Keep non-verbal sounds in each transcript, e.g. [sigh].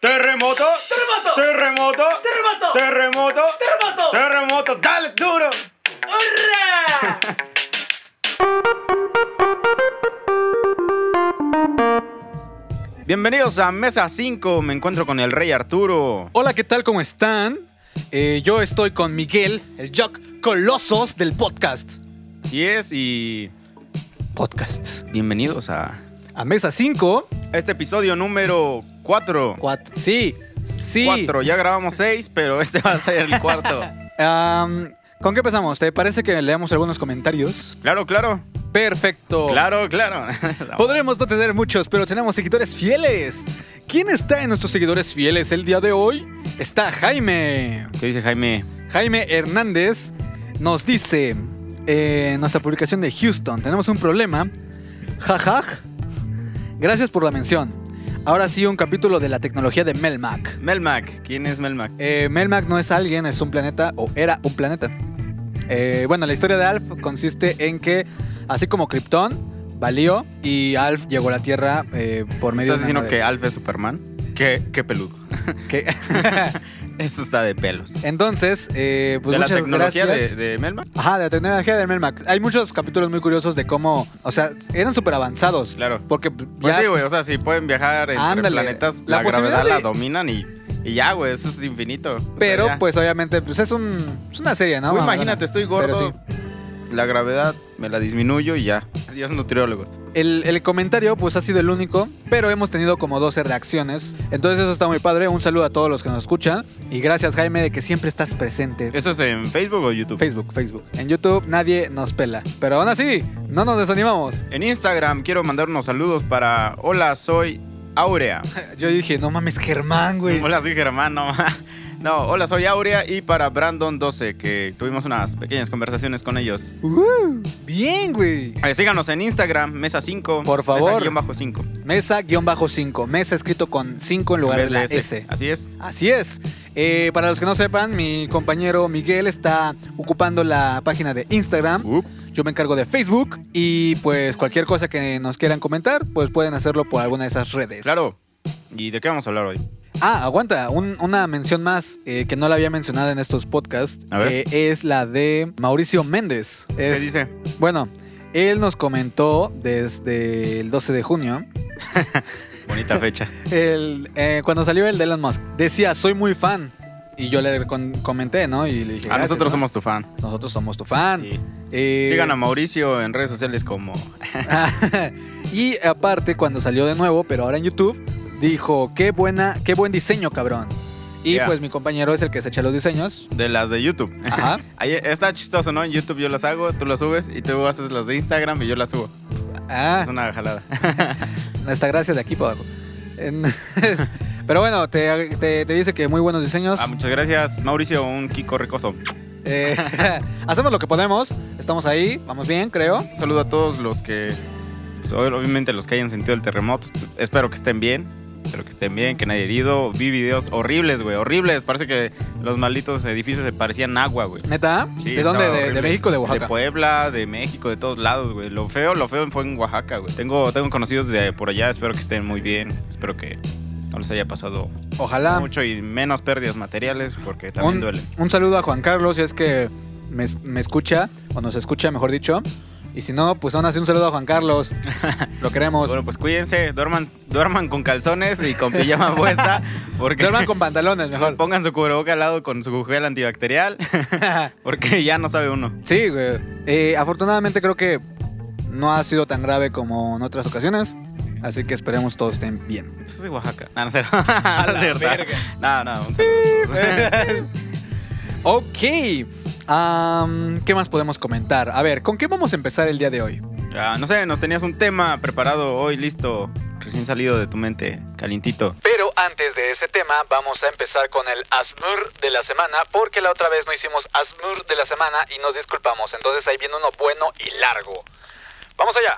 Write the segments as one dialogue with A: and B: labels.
A: Terremoto,
B: ¡Terremoto!
A: terremoto,
B: ¡Terremoto!
A: terremoto,
B: ¡Terremoto!
A: terremoto, dale duro.
B: ¡Hurra!
A: Bienvenidos a Mesa 5, me encuentro con el Rey Arturo.
C: Hola, ¿qué tal? ¿Cómo están? Eh, yo estoy con Miguel, el Jock Colosos del podcast.
A: Así es, y
C: Podcast.
A: bienvenidos a
C: A Mesa 5.
A: este episodio número 4.
C: Sí, sí.
A: 4, ya grabamos 6, pero este va a ser el cuarto.
C: Am, ¿Con qué empezamos? ¿Te parece que leamos algunos comentarios?
A: Claro, claro,
C: Perfecto.
A: claro, claro.
C: Podremos no tener muchos, pero tenemos seguidores fieles. ¿Quién está en nuestros seguidores fieles el día de hoy? Está Jaime.
A: ¿Qué dice Jaime?
C: Jaime Hernández nos dice eh, en nuestra publicación de Houston, tenemos un problema. Jajaj. Gracias por la mención. Ahora sí, un capítulo de la tecnología de Melmac.
A: Melmac, ¿quién es Melmac?
C: Eh, Melmac no es alguien, es un planeta o era un planeta. Eh, bueno, la historia de Alf consiste en que, así como Krypton, valió y Alf llegó a la Tierra eh, por medio
A: ¿Estás
C: de una
A: diciendo que Alf es Superman? Qué, qué peludo.
C: nave [laughs] que-
A: Esto está de pelos.
C: Entonces, eh, pues
A: de la
C: muchas
A: tecnología
C: gracias.
A: de, de Melmac.
C: Ajá, de la tecnología del Melmac. Hay muchos capítulos muy curiosos de cómo, o sea, eran súper avanzados.
A: Claro.
C: Porque
A: Pues
C: ya-
A: sí, güey. O sea, si pueden viajar entre
C: Ándale.
A: planetas, la,
C: La posibilidad
A: gravedad la
C: de-
A: dominan y, y ya, güey. Eso es infinito. O sea,
C: pero
A: ya.
C: pues obviamente pues es un es una serie, ¿no?
A: Güey,
C: Mamadona.
A: imagínate, estoy
C: Pero
A: gordo. La gravedad me la disminuyo y ya. Dios nutriólogos.
C: El, el comentario pues ha sido el único, pero hemos tenido como 12 reacciones. Entonces eso está muy padre. Un saludo a todos los que nos escuchan y gracias Jaime de que siempre estás presente.
A: ¿Eso es en Facebook o YouTube?
C: Facebook, Facebook. En YouTube nadie nos pela, pero aún así no nos desanimamos.
A: En Instagram quiero mandar unos saludos para Hola, soy Aurea.
C: Yo dije, no mames, Germán, [laughs] güey.
A: Hola, soy Germán. [laughs] No, no, hola, soy Aurea y para Brandon12, que tuvimos unas pequeñas conversaciones con ellos
C: Uh, bien, güey.
A: Eh, síganos en Instagram, Mesa 5.
C: Por favor.
A: Mesa guión bajo 5.
C: Mesa-5. Mesa escrito con 5 en lugar de la S.
A: Así es.
C: Así es. Eh, para los que no sepan, mi compañero Miguel está ocupando la página de Instagram.
A: Up.
C: Yo me encargo de Facebook. Y pues cualquier cosa que nos quieran comentar, pues pueden hacerlo por alguna de esas redes.
A: Claro. ¿Y de qué vamos a hablar hoy?
C: Ah, aguanta. un- una mención más eh, que no la había mencionado en estos podcasts.
A: A ver.
C: que es la de Mauricio Méndez.
A: ¿Qué
C: Es-
A: dice?
C: Bueno, él nos comentó desde el 12 de junio.
A: Bonita
C: [laughs]
A: fecha.
C: El, eh, cuando salió el de Elon Musk, decía, soy muy fan. Y yo le con- comenté, ¿no? Y le dije,
A: A
C: "Gracias,
A: nosotros
C: ¿no?
A: somos tu fan.
C: Nosotros somos tu fan.
A: Sí.
C: Eh,
A: Sigan a Mauricio en redes sociales como.
C: [laughs] y aparte, cuando salió de nuevo, pero ahora en YouTube, dijo, qué, buena, qué buen diseño, cabrón. Y
A: Yeah.
C: pues mi compañero es el que se echa los diseños.
A: De las de YouTube.
C: Ajá.
A: [laughs] Ahí está chistoso, ¿no? En YouTube yo las hago, tú las subes y tú haces las de Instagram y yo las subo.
C: Ah,
A: Es una
C: [laughs]
A: jalada.
C: hasta gracias de aquí para abajo. En- pero bueno, te, te- te dice que muy buenos diseños.
A: Ah, muchas gracias, Mauricio. Un Kiko ricoso.
C: Eh, [laughs] hacemos lo que podemos. Estamos ahí. Vamos bien, creo.
A: Un saludo a todos los que. pues, obviamente los que hayan sentido el terremoto. Est- Espero que estén bien. Espero que estén bien, que nadie herido. Vi videos horribles, güey. Horribles. Parece que los malditos edificios se parecían agua, güey.
C: ¿Neta?
A: Sí,
C: ¿De dónde?
A: estaba
C: ¿De, de
A: horrible.
C: México o de Oaxaca?
A: De Puebla, de México, de todos lados, güey. Lo feo, lo feo fue en Oaxaca, güey. Tengo, tengo conocidos de por allá. Espero que estén muy bien. Espero que no les haya pasado
C: Ojalá.
A: mucho y menos pérdidas materiales porque también
C: Un,
A: duele.
C: un saludo a Juan Carlos, si es que me, me escucha, o nos escucha, mejor dicho. Y si no, pues aún así un saludo a
A: [laughs]
C: Juan Carlos. Lo queremos.
A: Bueno, pues cuídense, duerman, duerman con calzones y con
C: [laughs]
A: pijama puesta. Porque [laughs]
C: Duerman con pantalones, mejor.
A: Pongan su cubreboca al lado con su gel antibacterial, porque ya no sabe uno.
C: sí, güey. Eh, afortunadamente creo que no ha sido tan grave como en otras ocasiones. Así que esperemos todos
A: [laughs]
C: estén bien.
A: Pues es de Oaxaca. No, no es cierto. No, no, es cierto. [laughs] no, no, un saludo.
C: ok. Am, ¿Qué más podemos comentar? A ver, ¿con qué vamos a empezar el día de hoy?
A: Ah, no sé, nos tenías un tema preparado hoy, listo. Recién salido de tu mente, calientito.
C: Pero antes de ese tema, vamos a empezar con el Asmur de la semana, porque la otra vez no hicimos Asmur de la semana y nos disculpamos. Entonces ahí viene uno bueno y largo. Vamos allá.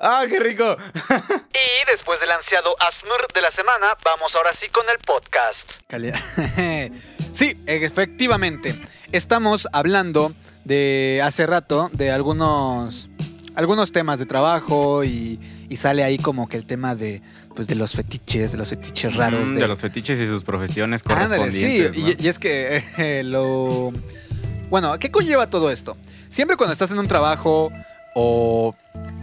A: ¡Ah, qué rico!
D: Y después del ansiado ASMR de la semana, vamos ahora sí con el podcast.
C: Calidad. [laughs] sí, efectivamente. Estamos hablando de hace rato de algunos algunos temas de trabajo y, y sale ahí como que el tema de pues de los fetiches, de los fetiches raros
A: Mm, de, los fetiches y sus profesiones
C: este Ándale, sí,
A: correspondientes. ¿no?
C: y, y es que [laughs] eh, lo bueno, ¿qué conlleva todo esto? Siempre cuando estás en un trabajo o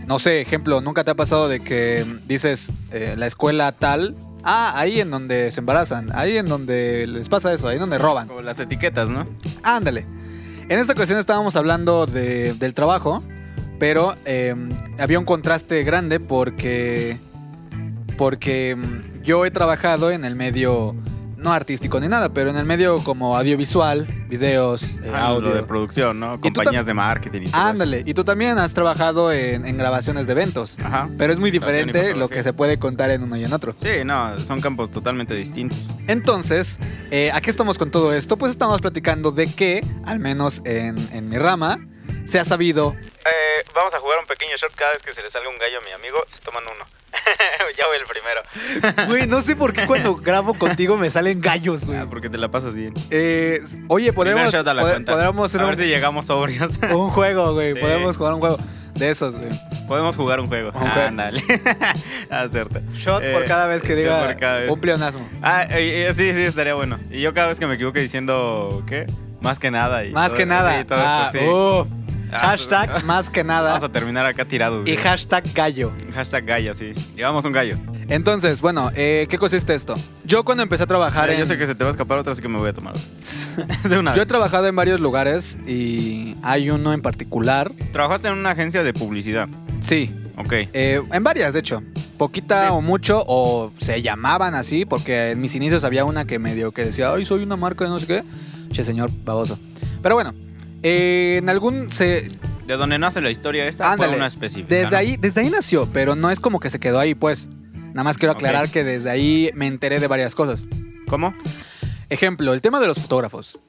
C: no sé, ejemplo, nunca te ha pasado de que dices eh, la escuela tal, ah, ahí en donde se embarazan, ahí en donde les pasa eso, ahí en donde roban.
A: Como las etiquetas, ¿no?
C: Ándale. En esta ocasión estábamos hablando de- del trabajo, pero eh, había un contraste grande porque. Porque mm, yo he trabajado en el medio. No artístico ni nada, pero en el medio como audiovisual, videos, eh,
A: Ah,
C: audio.
A: Lo de producción, ¿no?
C: tú
A: Compañías de marketing y todo eso.
C: Ándale. Y tú también has trabajado en, en grabaciones de eventos.
A: Ajá.
C: Pero es muy
A: Grabación y
C: diferente lo
A: fotografía.
C: que se puede contar en uno y en otro.
A: Sí, no, son campos totalmente distintos.
C: Entonces, eh, ¿a qué estamos con todo esto? Pues estamos platicando de que, al menos en, en mi rama, se ha sabido
D: Eh, vamos a jugar un pequeño shot cada vez que se le salga un gallo a mi amigo, se toman uno. [laughs] ya voy el primero.
C: Güey, no sé por qué cuando grabo contigo me salen gallos, güey.
A: Ah, porque te la pasas bien.
C: Eh, oye,
A: Primer
C: podemos,
A: shot a la
C: pod-
A: cuenta.
C: podemos hacer
A: A
C: un,
A: ver si llegamos sobrios. [laughs]
C: un juego, güey.
A: Sí.
C: Podemos jugar un juego de esos, güey.
A: Podemos jugar un juego.
C: Un juego.
A: Ándale. [laughs] Ah, Acerta.
C: Shot por
A: Eh,
C: cada vez que
A: shot
C: diga
A: por cada vez.
C: un pleonasmo.
A: Ah, eh, eh, sí, sí, estaría bueno. Y yo cada vez que me equivoco diciendo, ¿qué? Más que nada. y
C: Más
A: todo-
C: que nada.
A: sí, todo
C: Ah,
A: eso, sí.
C: uh,
A: Ah, [laughs]
C: hashtag más que nada.
A: Vamos a terminar acá tirados.
C: Y
A: güey.
C: hashtag gallo.
A: Hashtag gallo, sí. Llevamos un gallo.
C: Entonces, bueno, eh, ¿qué consiste esto? Yo cuando empecé a trabajar
A: Mira,
C: en...
A: yo sé que se te va a escapar otra, así que me voy a tomar otra. [laughs] De una
C: Yo he
A: vez.
C: trabajado en varios lugares y hay uno en particular.
A: Trabajaste en una agencia de publicidad.
C: Sí,
A: Ok.
C: Eh, en varias, de hecho. Poquita
A: Sí.
C: o mucho, o se llamaban así, porque en mis inicios había una que medio que decía, ay, soy una marca de no sé qué. Che, señor baboso. Pero bueno, eh, en algún. Se,
A: De donde nace la historia esta
C: Ándale.
A: fue una específica.
C: desde,
A: ¿no?
C: ahí, desde ahí nació, pero no es como que se quedó ahí, pues. Nada más quiero aclarar
A: Ok.
C: que desde ahí me enteré de varias cosas.
A: ¿Cómo?
C: Ejemplo, el tema de los fotógrafos.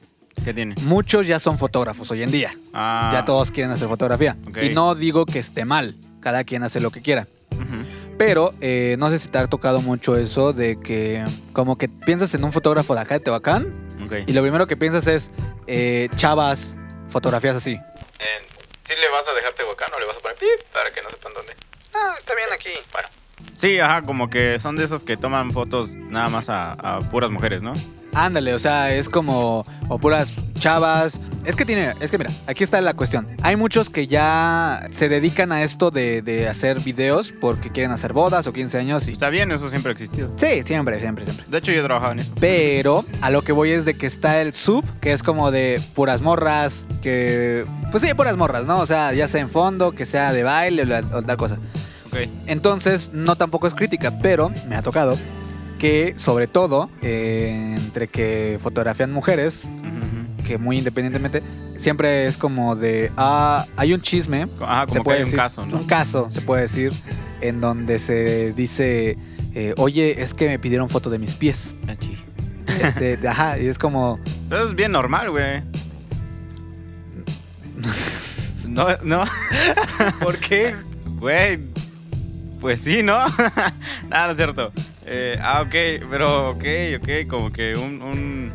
A: ¿Qué tiene?
C: Muchos ya son fotógrafos hoy en día.
A: Ah.
C: Ya todos quieren hacer fotografía.
A: Ok.
C: Y no digo que esté mal. Cada quien hace lo que quiera.
A: Ujú.
C: Pero eh, no sé si te ha tocado mucho eso de que como que piensas en un fotógrafo de acá de Tehuacán
A: Ok.
C: y lo primero que piensas es eh, chavas, fotografías así.
D: ¿Sí le vas a dejarte Tehuacán o le vas a poner pip para que no sepan dónde? No, está bien aquí. Bueno.
A: Sí, ajá, como que son de esos que toman fotos nada más a, a puras mujeres, ¿no?
C: Ándale, o sea, es como o puras chavas. Es que tiene, es que mira, aquí está la cuestión. Hay muchos que ya se dedican a esto de, de hacer videos porque quieren hacer bodas o 15 años y
A: Está bien, eso siempre ha existido.
C: sí, siempre, siempre, siempre.
A: De hecho, yo he trabajado en eso.
C: Pero a lo que voy es de que está el sub, que es como de puras morras, que... Pues sí, puras morras, ¿no? O sea, ya sea en fondo, que sea de baile o la- o tal cosa.
A: Ok.
C: Entonces, no tampoco es crítica, pero me ha tocado que, sobre todo, eh, entre que fotografían mujeres,
A: Ujú.
C: que muy independientemente, siempre es como de, ah, hay un chisme,
A: Ajá, como que hay un
C: decir,
A: caso, ¿no?
C: Un caso, se puede decir, en donde se dice, eh, oye, es que me pidieron foto de mis pies. [laughs] Este, de- ajá, y es como.
A: Pero es bien normal, güey. No, [laughs] no.
C: ¿Por qué?
A: Güey, pues sí, ¿no? [laughs] Nada, no es cierto. Eh, ah, ok, pero ok, ok, como que un, un,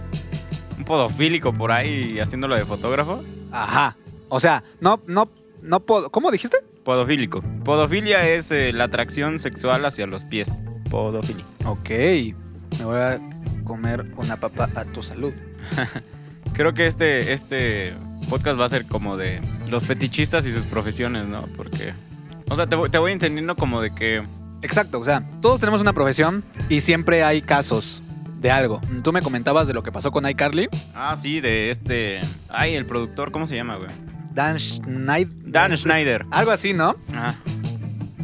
A: un podofílico por ahí haciéndolo de fotógrafo.
C: Ajá. O sea, no, no, no puedo. ¿Cómo dijiste?
A: Podofílico. Podofilia es eh, la atracción sexual hacia los pies. Podofilia.
C: Ok. Me voy a comer una papa a tu salud.
A: Creo que este, este podcast va a ser como de los fetichistas y sus profesiones, ¿no? Porque, o sea, te voy, te voy entendiendo como de que...
C: Exacto, o sea, todos tenemos una profesión y siempre hay casos de algo. Tú me comentabas de lo que pasó con iCarly.
A: Ah, sí, de este... Ay, el productor, ¿cómo se llama, güey?
C: Dan Schneider.
A: Dan Schneider.
C: Algo así, ¿no?
A: Ajá.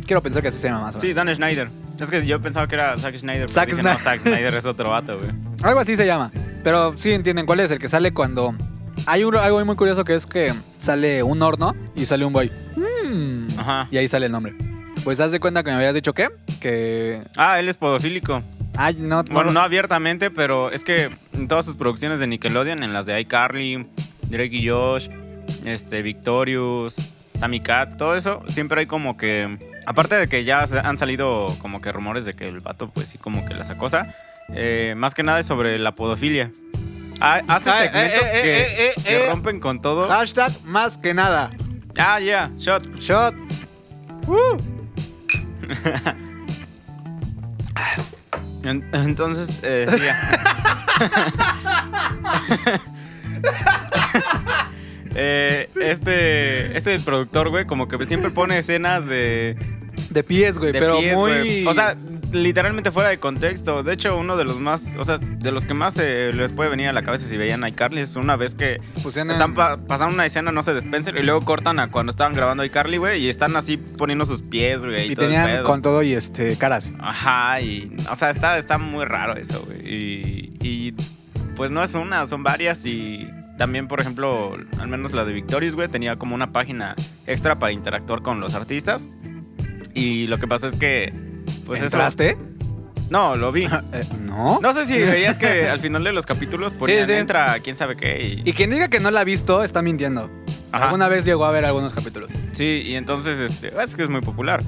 C: Quiero pensar que así se llama más. o
A: Sí,
C: menos.
A: Dan Schneider. Es que yo pensaba que era Zack Schneider. pero
C: Zack
A: dije,
C: Snyder.
A: No, Zack Schneider es otro vato, güey.
C: Algo así se llama. Pero sí entienden cuál es el que sale cuando. Hay un- algo muy curioso que es que sale un horno y sale un boy. Mm.
A: Ajá.
C: Y ahí sale el nombre. Pues haz de cuenta que me habías dicho que. Que.
A: Ah, él es podofílico.
C: Ay, no.
A: Bueno, no abiertamente, pero es que en todas sus producciones de Nickelodeon, en las de iCarly, Drake y Josh, este, Victorious, Sammy Cat, todo eso, siempre hay como que Aparte de que ya se- han salido como que rumores de que el vato, pues sí, como que las acosa. eh, más que nada es sobre la podofilia. Ha- Hace
C: Ah, eh,
A: segmentos
C: eh, eh,
A: que,
C: eh, eh,
A: que
C: eh.
A: rompen con todo. Ah,
C: Hashtag más que nada.
A: ya, shot.
C: Shot.
A: En- entonces, eh, sí, ya. [laughs] Eh, este, este productor, güey, como que siempre pone escenas de,
C: De pies, güey,
A: de
C: pero
A: pies,
C: muy.
A: güey. O sea, literalmente fuera de contexto. De hecho, uno de los más, o sea, de los que más eh, les puede venir a la cabeza si veían a iCarly es una vez que
C: pusieron
A: están pa- pasando una escena, no sé, de Spencer y luego cortan a cuando estaban grabando iCarly, güey, y están así poniendo sus pies, güey. Y,
C: y
A: todo el
C: tenían
A: pedo.
C: con todo y este caras.
A: Ajá, y, o sea, está, está muy raro eso, güey. Y, y, pues no es una, son varias y también, por ejemplo, al menos la de Victorious, güey, tenía como una página extra para interactuar con los artistas. Y lo que pasó es que, pues eso...
C: ¿Entraste? [laughs]
A: No, lo vi.
C: Eh, no.
A: No sé si veías que al final de los capítulos ponían
C: sí.
A: entra quién sabe qué y...
C: Y quien diga que no la ha visto está mintiendo.
A: Ajá.
C: Alguna vez llegó a ver algunos capítulos.
A: Sí, y entonces, este, [laughs] es que es muy popular.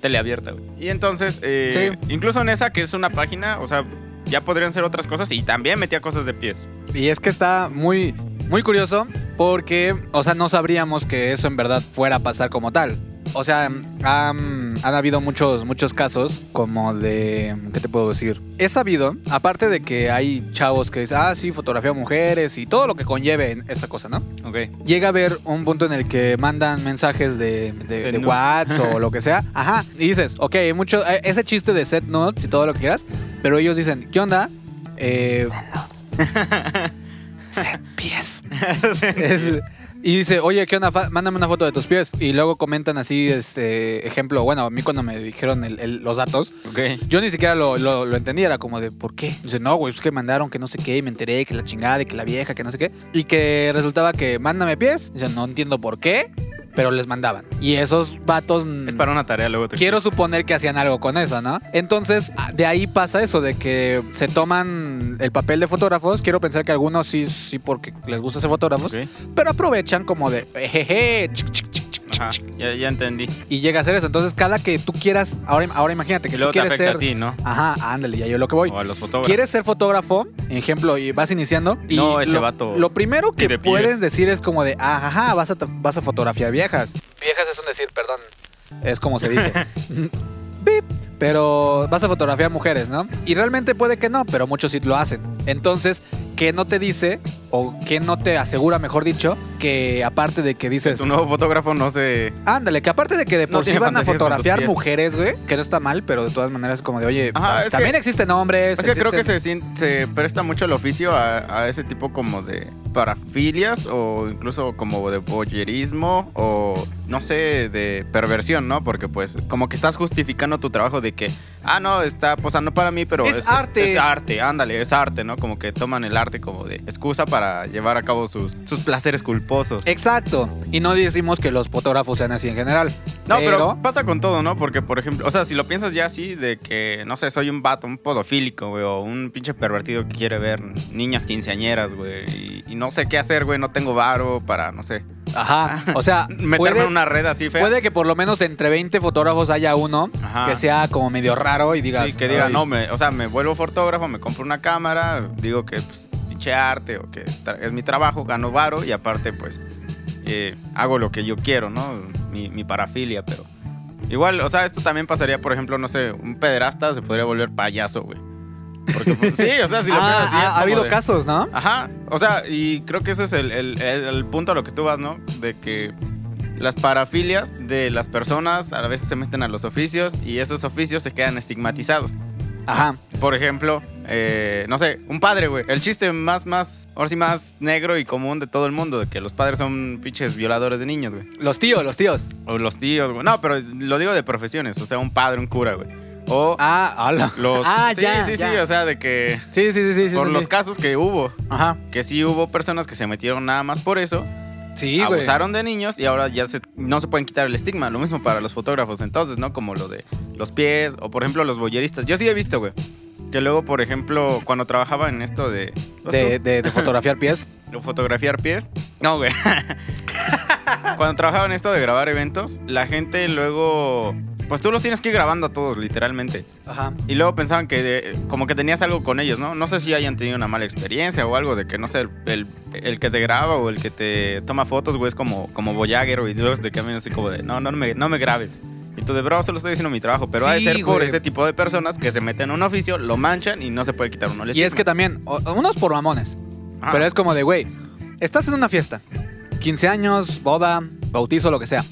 A: Teleabierta, güey. Y entonces, eh, incluso en esa, que es una página, o sea, ya podrían ser otras cosas y también metía cosas de pies.
C: Y es que está muy, muy curioso porque, o sea, no sabríamos que eso en verdad fuera a pasar como tal. O sea, han, han habido muchos, muchos casos como de... ¿Qué te puedo decir? He sabido, aparte de que hay chavos que dicen, ah, sí, fotografía a mujeres y todo lo que conlleve en esa cosa, ¿no?
A: [laughs] Ok.
C: llega a haber un punto en el que mandan mensajes de, de,
A: Set
C: de
A: nudes.
C: WhatsApp o lo que sea. Ajá. Y dices, ok, mucho, eh, ese chiste de set notes y todo lo que quieras. Pero ellos dicen, ¿qué onda? Eh, set pies. Es- y dice, oye, ¿qué onda? Fa- Mándame una foto de tus pies. Y luego comentan así, este ejemplo. Bueno, a mí cuando me dijeron el- el- los datos,
A: ok.
C: yo ni siquiera lo, lo, lo entendía, era como de, ¿por qué? Dice, no, güey, es que mandaron que no sé qué, y me enteré que la chingada, y que la vieja, que no sé qué. Y que resultaba que mándame pies. Dice, no entiendo por qué, pero les mandaban. Y esos vatos. mm,
A: Es para una tarea, luego te
C: Quiero suponer que hacían algo con eso, ¿no? Entonces, a- de ahí pasa eso, de que se toman el papel de fotógrafos. Quiero pensar que algunos sí, sí, porque les gusta ser fotógrafos,
A: explico.
C: pero aprovechan como de, jejeje, chic, chic, chic, chic,
A: Ok. Ajá, ya, ya entendí.
C: y llega a ser eso. Entonces, cada que tú quieras, ahora, ahora imagínate
A: Y
C: que
A: luego
C: tú
A: te
C: quieres
A: afecta
C: ser.
A: a ti, ¿no?
C: Ajá, ándale, ya yo lo que voy.
A: O a los fotógrafos.
C: ¿Quieres ser fotógrafo? Ejemplo, y vas iniciando. Y
A: No, ese
C: lo,
A: vato.
C: Lo primero
A: Y
C: que
A: de pies.
C: puedes decir es como de, ajá, vas a, to- vas a fotografiar viejas. Viejas es un decir, perdón. Es como
A: [laughs]
C: se dice. Bip. Pero vas a fotografiar mujeres, ¿no? Y realmente puede que no, pero muchos sí lo hacen. Entonces, ¿qué no te dice o qué no te asegura, mejor dicho, que aparte de que dices,
A: Tu nuevo fotógrafo no se...
C: ándale, que aparte de que de
A: No
C: por sí
A: tiene
C: van a
A: fantasías con tus
C: fotografiar
A: pies.
C: mujeres, güey, que no está mal, pero de todas maneras es como de, oye,
A: Ajá, es
C: también
A: que-
C: existen hombres.
A: Es Pues que creo que
C: existen-
A: se, sien- se presta mucho el oficio a, a ese tipo como de parafilias o incluso como de boyerismo o no sé, de perversión, ¿no? Porque pues como que estás justificando tu trabajo de que, ah, no, está posando para mí, pero
C: Es arte.
A: Es, arte, ándale, es arte, ¿no? Como que toman el arte como de excusa para llevar a cabo sus, sus placeres culposos.
C: Exacto. Y no decimos que los fotógrafos sean así en general.
A: No, pero, pasa con todo, ¿no? Porque, por ejemplo, o sea, si lo piensas ya así, de que, no sé, soy un vato, un podofílico, güey, o un pinche pervertido que quiere ver niñas quinceañeras, güey, y, y no sé qué hacer, güey, no tengo varo para, no sé,
C: Ajá. O sea,
A: Ah, [laughs] meterme
C: puede,
A: en una red así fea.
C: puede que por lo menos entre 20 fotógrafos haya uno
A: Ajá.
C: que sea como medio raro y digas.
A: sí, que diga,
C: "Ay,
A: no, me, o sea, me vuelvo fotógrafo, me compro una cámara, digo que, pues, pinche arte, o que tra- es mi trabajo, gano varo, y aparte, pues, eh, hago lo que yo quiero, ¿no? Mi, mi parafilia, pero... Igual, o sea, esto también pasaría, por ejemplo, no sé, un pederasta se podría volver payaso, güey. Porque, pues, sí, o sea, si lo
C: [laughs] ah,
A: piensas así,
C: ha-
A: es
C: ha
A: como
C: habido
A: de-
C: casos, ¿no?
A: Ajá, o sea, y creo que ese es el, el- el- el punto a lo que tú vas, ¿no? De que las parafilias de las personas a veces se meten a los oficios y esos oficios se quedan estigmatizados.
C: Ajá.
A: Por ejemplo, eh, no sé, un padre, güey. El chiste más, más, ahora sí, más negro y común de todo el mundo, de que los padres son pinches violadores de niños, güey.
C: Los tíos, los tíos.
A: O los tíos, güey. No, pero lo digo de profesiones, o sea, un padre, un cura, güey. O
C: Ah, hola.
A: los...
C: Ah,
A: sí,
C: ya,
A: sí,
C: ya.
A: sí, o sea, de que...
C: Sí, sí, sí, sí. sí,
A: por
C: entendí.
A: los casos que hubo,
C: Ajá.
A: que sí hubo personas que se metieron nada más por eso,
C: Sí, güey.
A: abusaron de niños y ahora ya se- no se pueden quitar el estigma. Lo mismo para los fotógrafos entonces, ¿no? Como lo de los pies o por ejemplo los boyeristas. Yo sí he visto, güey. Que luego, por ejemplo, cuando trabajaba en esto de...
C: De, de- de fotografiar pies.
A: ¿O fotografiar pies? No, [laughs] güey. Cuando trabajaba en esto de grabar eventos, la gente luego Pues tú los tienes que ir grabando a todos, literalmente.
C: Ajá.
A: Y luego pensaban que eh, como que tenías algo con ellos, ¿no? No sé si hayan tenido una mala experiencia o algo de que, no sé, el, el- el que te graba o el que te toma fotos, güey, es como, como Voyager, güey. Y luego te cambian así como de, no, no me, no me grabes. Y tú de, bro, solo estoy haciendo mi trabajo. Pero ha de
C: Sí,
A: ser por
C: güey.
A: ese tipo de personas que se meten a un oficio, lo manchan y no se puede quitar uno. el Ah,
C: Y es que
A: estigma.
C: también, o- unos por mamones,
A: Ajá.
C: pero es como de, güey, estás en una fiesta, 15 años, boda, bautizo, lo que sea.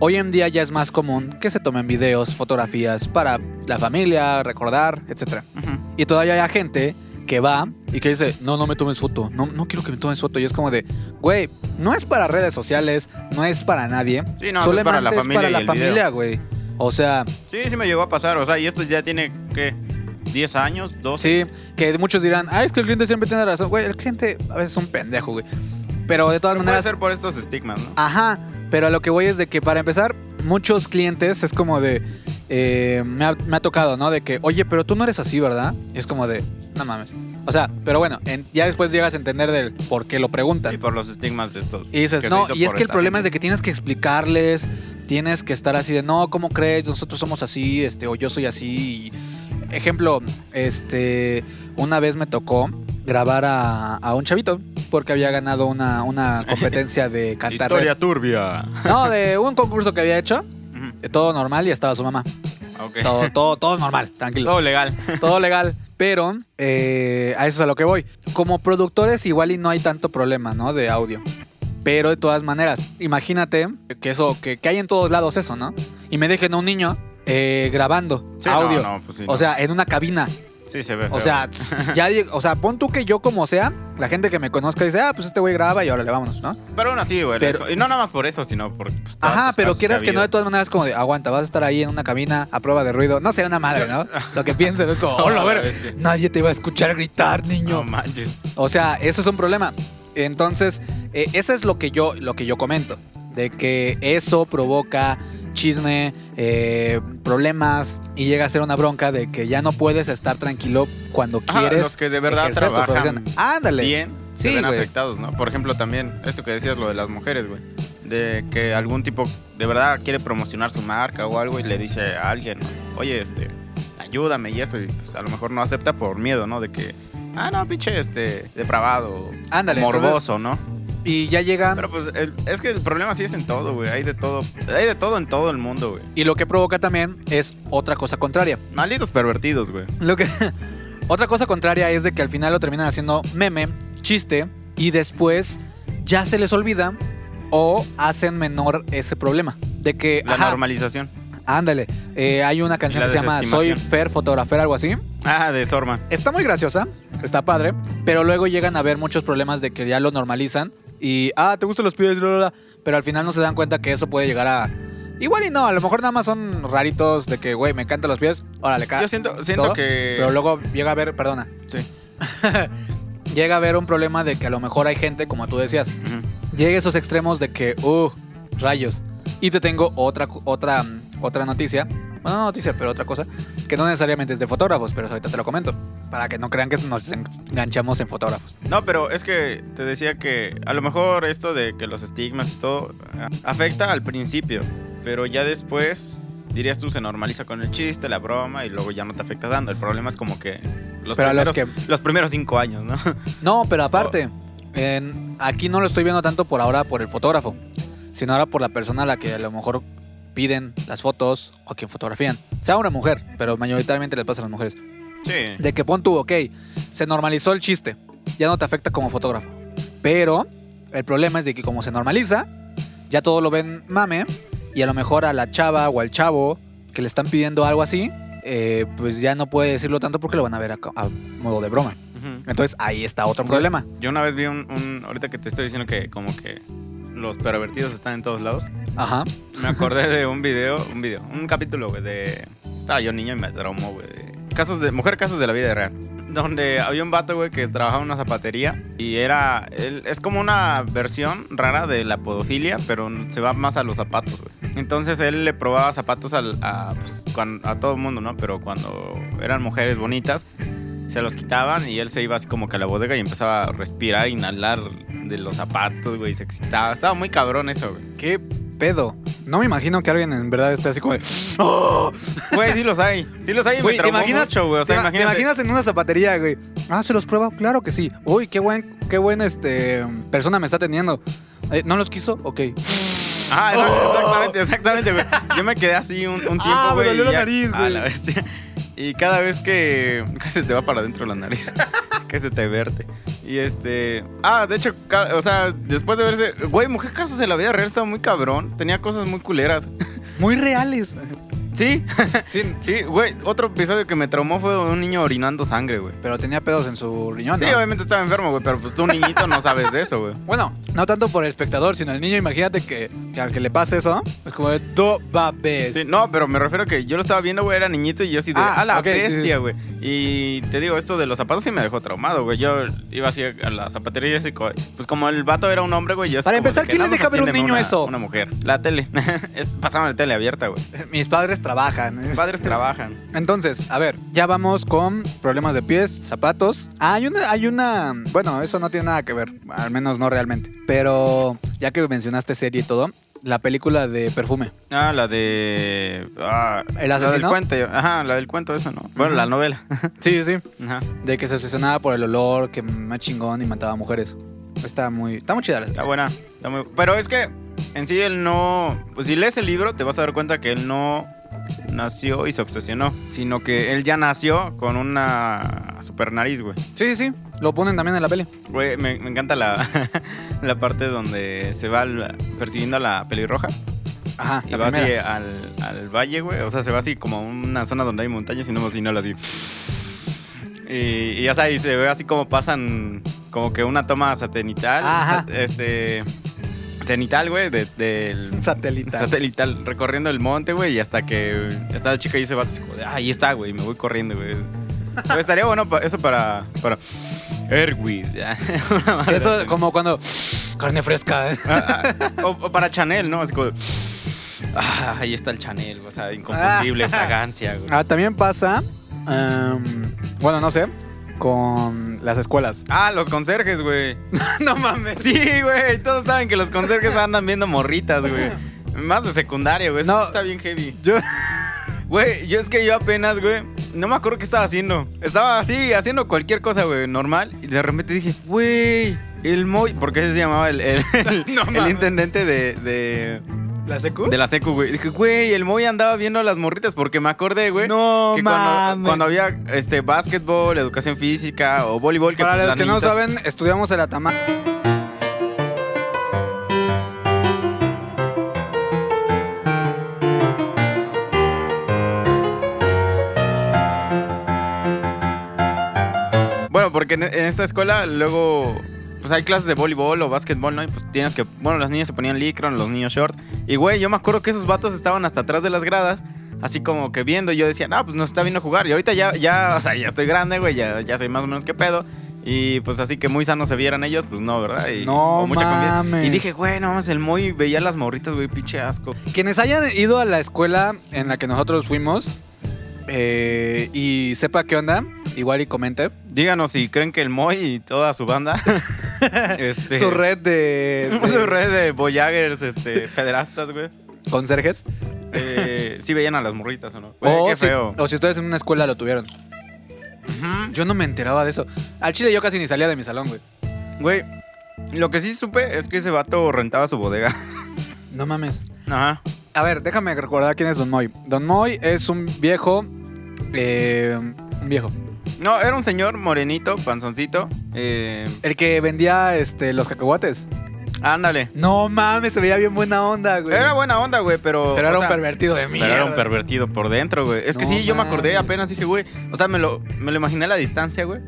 C: Hoy en día ya es más común que se tomen videos, fotografías para la familia, recordar, etc.
A: Ujú.
C: Y todavía hay gente que va y que dice, no, no me tomes foto, no, no quiero que me tomes foto. Y es como de, güey, no es para redes sociales, no es para nadie.
A: Sí, no, eso es
C: solamente
A: para la familia. y el video.
C: familia, güey. O sea,
A: Sí, sí me llegó a pasar. O sea, y esto ya tiene, ¿qué? ¿10 años? ¿12?
C: sí, que muchos dirán, ah, es que el cliente siempre tiene razón. Güey, el cliente a veces es un pendejo, güey. Pero de todas
A: Pero puede
C: maneras,
A: ser por estos estigmas, ¿no?
C: Ajá, pero a lo que voy es de que para empezar, muchos clientes es como de. eh, me, ha, me ha tocado, ¿no? De que, oye, pero tú no eres así, ¿verdad? Y es como de, no mames. O sea, pero bueno, en- ya después llegas a entender del por qué lo
A: Y
C: preguntan.
A: por los estigmas de estos.
C: Ah, Y dices,
A: que se
C: no,
A: hizo
C: y es
A: por
C: que el
A: esta
C: problema es
A: gente.
C: de que tienes que explicarles, tienes que estar así de, no, ¿cómo crees? Nosotros somos así, este, o yo soy así. y- ejemplo, este, una vez me tocó grabar a, a un chavito porque había ganado
A: [laughs]
C: una, una competencia de cantar. rap.
A: Historia turbia.
C: No, de un concurso que había hecho,
A: Ujú,
C: de todo normal y estaba su mamá.
A: ok. Todo, [laughs]
C: Todo, todo, todo normal, tranquilo.
A: legal.
C: Todo legal. Pero eh, a eso es a lo que voy. Como productores, igual y no hay tanto problema, ¿no? De audio. Pero de todas maneras, imagínate que eso, que, que hay en todos lados eso, ¿no? Y me dejen a un niño eh, grabando
A: Sí,
C: audio.
A: No, no, pues sí,
C: O
A: no.
C: sea, en una cabina.
A: sí se ve. feo. [laughs]
C: O sea, tss, ya, di- o sea, pon tú que yo como sea, la gente que me conozca dice, ah, pues este güey graba y ahora le vámonos, ¿no?
A: pero aún así, güey.
C: pero-
A: y no nada más por eso, sino por. pues, todas
C: Ajá,
A: tus
C: pero
A: causas
C: quieras que no, de
A: habido.
C: todas maneras, como de aguanta, vas a estar ahí en una cabina a prueba de ruido. No sé, una
A: [laughs]
C: madre, ¿no? Lo que piensen es como, hola, a ver,
A: Este,
C: nadie te va a escuchar gritar,
A: No
C: niño.
A: manches.
C: O sea, eso es un problema. Entonces, eh, eso es lo que yo, lo que yo comento. De que eso provoca chisme, eh, problemas y llega a ser una bronca de que ya no puedes estar tranquilo cuando
A: Ajá,
C: quieres.
A: los que de verdad
C: ejercer tu
A: trabajan
C: profesión. Ándale.
A: bien se
C: Sí,
A: ven
C: güey.
A: afectados, ¿no? Por ejemplo, también esto que decías, lo de las mujeres, güey. De que algún tipo de verdad quiere promocionar su marca o algo y le dice a alguien, oye, este, ayúdame y eso. Y pues, a lo mejor no acepta por miedo, ¿no? De que, ah, no, pinche, este, depravado,
C: Ándale. entonces-
A: morboso, ¿no?
C: y ya llega.
A: Pero pues el- es que el problema sí es en todo, güey. Hay de todo. Hay de todo en todo el mundo, güey.
C: Y lo que provoca también es otra cosa contraria.
A: Malditos pervertidos, güey.
C: Lo que. [laughs] Otra cosa contraria es de que al final lo terminan haciendo meme, chiste, y después ya se les olvida o hacen menor ese problema. De que.
A: La
C: ajá,
A: normalización.
C: ándale. eh, hay una canción
A: La
C: que se llama Soy
A: desestimación.
C: Fer Fotografer, algo así.
A: Ah, de Sorma.
C: Está muy graciosa, está padre, pero luego llegan a ver muchos problemas de que ya lo normalizan y, ah, te gustan los pibes, bla, bla, bla, pero al final no se dan cuenta que eso puede llegar a... Igual y no, a lo mejor nada más son raritos de que, güey, me encantan los pies, órale, ca
A: Yo siento, siento
C: todo,
A: que.
C: pero luego llega a ver, perdona.
A: Sí.
C: [laughs] llega a haber un problema de que a lo mejor hay gente, como tú decías,
A: Ujú.
C: llega a esos extremos de que, uh, rayos. Y te tengo otra, cu- otra, mm, otra noticia. Bueno, no noticia, pero otra cosa. Que no necesariamente es de fotógrafos, pero ahorita te lo comento. Para que no crean que nos enganchamos en fotógrafos.
A: No, pero es que te decía que a lo mejor esto de que los estigmas y todo ah, afecta al principio, pero ya después dirías tú se normaliza con el chiste, la broma y luego ya no te afecta dando. El problema es como que los,
C: Pero a los
A: primeros, los primeros cinco años,
C: [laughs]
A: ¿no?
C: No, pero aparte, en- aquí no lo estoy viendo tanto por ahora por el fotógrafo, sino ahora por la persona a la que a lo mejor piden las fotos o a quien fotografían. Sea una mujer, pero mayoritariamente les pasa a las mujeres.
A: Sí.
C: De que pon tú, ok, se normalizó el chiste, ya no te afecta como fotógrafo. Pero el problema es de que como se normaliza, ya todo lo ven mame y a lo mejor a la chava o al chavo que le están pidiendo algo así, eh, pues ya no puede decirlo tanto porque lo van a ver a, co- a modo de broma.
A: Ujú.
C: Entonces ahí está otro problema.
A: Yo una vez vi un, un- Ahorita que te estoy diciendo que como que los pervertidos están en todos lados.
C: Ajá.
A: Me acordé de un video, un video, un capítulo, güey, de... Estaba yo niño y me traumó, güey. de Casos de... Mujer, casos de la vida real. Donde había un vato, güey, que trabajaba en una zapatería y era... él- es como una versión rara de la podofilia, pero se va más a los zapatos, güey. Entonces él le probaba zapatos al- a, pues, cuan- a todo el mundo, ¿no? Pero cuando eran mujeres bonitas, se los quitaban y él se iba así como que a la bodega y empezaba a respirar, inhalar de los zapatos, güey, y se excitaba. Estaba muy cabrón eso, güey.
C: Qué pedo. No me imagino que alguien en verdad esté así como de. "Oh".
A: Güey, sí los hay. Sí los hay y
C: Güey,
A: me traumó mucho, güey. O sea,
C: te ima- te
A: imagínate.
C: imaginas en una zapatería, güey? Ah, ¿se los prueba? Claro que sí. Uy, qué buen, qué buen este, persona me está teniendo. Eh, ¿No los quiso? Ok.
A: Ah, exact- exactamente, exactamente, güey. Yo me quedé así un, un tiempo,
C: Oh. Ah, me
A: güey.
C: dolió
A: y
C: la
A: ya-
C: nariz,
A: ah,
C: güey.
A: la bestia. Y cada vez que. que se te va para adentro la nariz. [laughs] que se te verte. Y este. Ah, de hecho, ca- o sea, después de verse. Güey, mujer casos en la vida real estaba muy cabrón. Tenía cosas muy culeras.
C: Muy reales.
A: Sí,
C: [laughs] Sí,
A: sí, güey. Otro episodio que me traumó fue un niño orinando sangre, güey.
C: pero tenía pedos en su riñón.
A: Sí,
C: Ah, ¿no?
A: obviamente estaba enfermo, güey, pero pues tú, niñito, no sabes de eso, güey.
C: Bueno, no tanto por el espectador, sino el niño. Imagínate que, que al que le pase eso, es como de do babes.
A: Sí, no, pero me refiero a que yo lo estaba viendo, güey, era niñito y yo así de,
C: Ah,
A: ah, la
C: ok, sí,
A: bestia, güey. Y te digo, esto de los zapatos sí me dejó traumado, güey. Yo iba así a la zapatería y así, co- pues como el vato era un hombre, güey, yo así
C: Para
A: como de
C: empezar,
A: que,
C: ¿quién
A: no,
C: le
A: pues,
C: deja ver a un
A: atiéndeme
C: niño
A: una-
C: eso?
A: Una mujer. La tele. [laughs] Es- Pasaban la tele abierta,
C: [laughs]
A: güey.
C: Mis padres trabajan.
A: Mis
C: [laughs]
A: padres trabajan.
C: Entonces, a ver, ya vamos con problemas de pies, zapatos. Ah, hay una, hay una. Bueno, eso no tiene nada que ver. Al menos no realmente. Pero ya que mencionaste serie y todo, la película de perfume.
A: Ah, la de... ah,
C: ¿El
A: la del
C: asesino?
A: cuento. yo- Ajá, la del cuento eso, ¿no? Bueno,
C: Ujú.
A: la novela.
C: Sí, sí.
A: Ajá.
C: De que se obsesionaba por el olor, que más chingón y mataba mujeres. Está muy. Está muy chida la serie.
A: Está buena. está muy- Pero es que en sí él no. Pues si lees el libro, te vas a dar cuenta que él no nació y se obsesionó. Sino que él ya nació con una super nariz, güey.
C: Sí, sí, sí. Lo ponen también en la peli.
A: Güey, me, me encanta la, [laughs] la parte donde se va al- persiguiendo a la pelirroja.
C: Ajá.
A: Y
C: la
A: va
C: primera.
A: así al, al valle, güey. O sea, se va así como a una zona donde hay montañas y no más inhala así. Y, y ya sabes, y se ve así como pasan como que una toma satelital.
C: Ajá.
A: sa- este. Cenital, güey, de- del.
C: Satelital.
A: satelital, recorriendo el monte, güey, y hasta que está la chica y se va así como de, "Ah, ahí está, güey, me voy corriendo, güey. Pero estaría bueno pa- eso para. para. Erwin. [laughs] Una madre
C: [laughs] Eso
A: así, ¿no?
C: como cuando. Carne fresca, ¿eh?
A: Ah, ah, o, o para Chanel, ¿no? Así como. Ah, ahí está el Chanel, o sea, inconfundible fragancia, güey.
C: Ah, también pasa. em, bueno, no sé. Con las escuelas.
A: Ah, los conserjes, [laughs] güey.
C: no mames.
A: Sí, güey, todos saben que los conserjes andan viendo morritas, güey. Más de secundaria, güey. Eso
C: No.
A: sí está bien heavy.
C: Yo.
A: [laughs] Güey, yo es que yo apenas, güey, no me acuerdo qué estaba haciendo. Estaba así, haciendo cualquier cosa, güey, normal. Y de repente dije, güey, el Moy, porque ese se llamaba el, [laughs] el- el-
C: [laughs] No
A: el
C: mames.
A: intendente de- de,
C: ¿La secu?
A: De la secu, güey. Dije, güey, el Moy andaba viendo a las morritas porque me acordé, güey.
C: No
A: que
C: mames.
A: cuando, cuando había este básquetbol, educación física o voleibol.
C: Para
A: pues,
C: los
A: las
C: que no
A: niñitas-
C: saben, estudiamos el Atama.
A: Bueno, porque en, en esta escuela luego. Pues hay clases de voleibol o básquetbol, ¿no? Y pues tienes que. Bueno, las niñas se ponían licron, los niños short. Y güey, yo me acuerdo que esos vatos estaban hasta atrás de las gradas, así como que viendo. Y yo decía, no, pues nos está viendo jugar. Y ahorita ya, ya, o sea, ya estoy grande, güey, ya, ya soy más o menos que pedo. Y pues así que muy sanos se vieran ellos, pues no, ¿verdad? Y,
C: No
A: o mucha convivencia.
C: mames.
A: Y dije, güey, no mames, el Moy veía las morritas, güey, pinche asco.
C: Quienes hayan ido a la escuela en la que nosotros fuimos eh, y sepa qué onda, igual y comente.
A: Díganos si creen que el Moy y toda su
C: [laughs]
A: banda. este,
C: Su red de,
A: [laughs]
C: de
A: Su red de voyagers, este, pederastas, güey.
C: conserjes.
A: Eh, sí veían a las morritas o no. Güey, qué
C: si,
A: feo.
C: o si ustedes en una escuela lo tuvieron.
A: Ujú.
C: Yo no me enteraba de eso. Al chile yo casi ni salía de mi salón, güey.
A: Güey, lo que sí supe es que ese vato rentaba su bodega. [laughs]
C: No mames.
A: Ajá.
C: A ver, déjame recordar quién es Don Moy. Don Moy es un viejo. eh, un viejo.
A: No, era un señor morenito, panzoncito. eh,
C: El que vendía este, los cacahuates.
A: ándale.
C: No mames, se veía bien buena onda, güey.
A: Era buena onda, güey, pero.
C: Pero
A: o
C: era un
A: sea,
C: pervertido de mí.
A: Pero era un pervertido por dentro, güey. Es que
C: No
A: sí, yo me acordé
C: mames.
A: apenas dije, güey. O sea, me lo, me lo imaginé a la distancia, güey.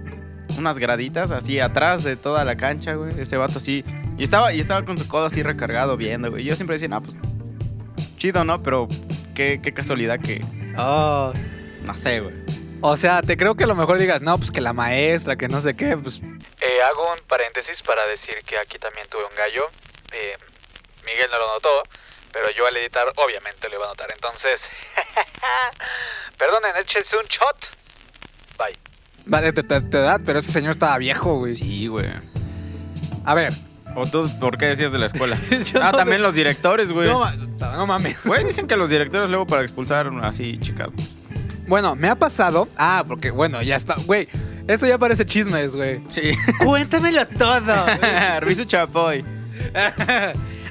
A: Unas graditas así atrás de toda la cancha, güey. Ese vato así. Y estaba, y estaba con su codo así recargado viendo, güey. Yo siempre decía, no, pues. Chido, ¿no? Pero qué, qué casualidad que.
C: Oh.
A: No sé, güey.
C: O sea, te creo que a lo mejor digas, no, pues que la maestra, que no sé qué, pues.
D: Eh, hago un paréntesis para decir que aquí también tuve un gallo. Eh, Miguel no lo notó, pero yo al editar obviamente lo iba a notar. Entonces, [laughs] perdonen, échense un shot. Bye.
C: Pues Vale, te, te- te da, pero ese señor estaba viejo, güey.
A: Sí, güey.
C: A ver,
A: ¿O tú por qué decías de la escuela?
C: [laughs] Yo
A: ah,
C: no
A: también
C: sé.
A: los directores, güey.
C: No, ma- no mames.
A: Güey, dicen que los directores luego para expulsar así chicas.
C: Bueno, me ha pasado. Ah, porque bueno, ya está. Güey, esto ya parece chismes, güey.
A: Sí.
C: Cuéntamelo todo.
A: [laughs] Rizo Chapoy.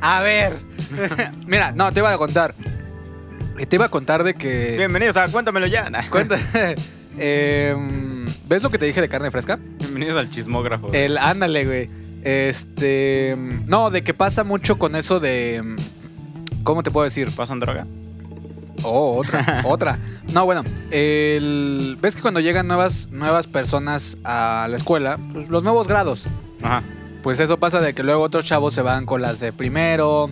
C: a ver. [laughs] Mira, no, te iba a contar. Eh, Te iba a contar de que.
A: Bienvenidos a Cuéntamelo ya. Nah.
C: Cuenta. [laughs] Eh, ¿Ves lo que te dije de carne fresca?
A: Bienvenidos al chismógrafo. güey.
C: El ándale, güey. Este. No, de que pasa mucho con eso de. ¿Cómo te puedo decir?
A: ¿Pasan droga?
C: Oh, [laughs] otra, otra. No, bueno, el- ves que cuando llegan nuevas, nuevas personas a la escuela, pues, los nuevos grados,
A: Ajá.
C: pues eso pasa de que luego otros chavos se van con las de primero.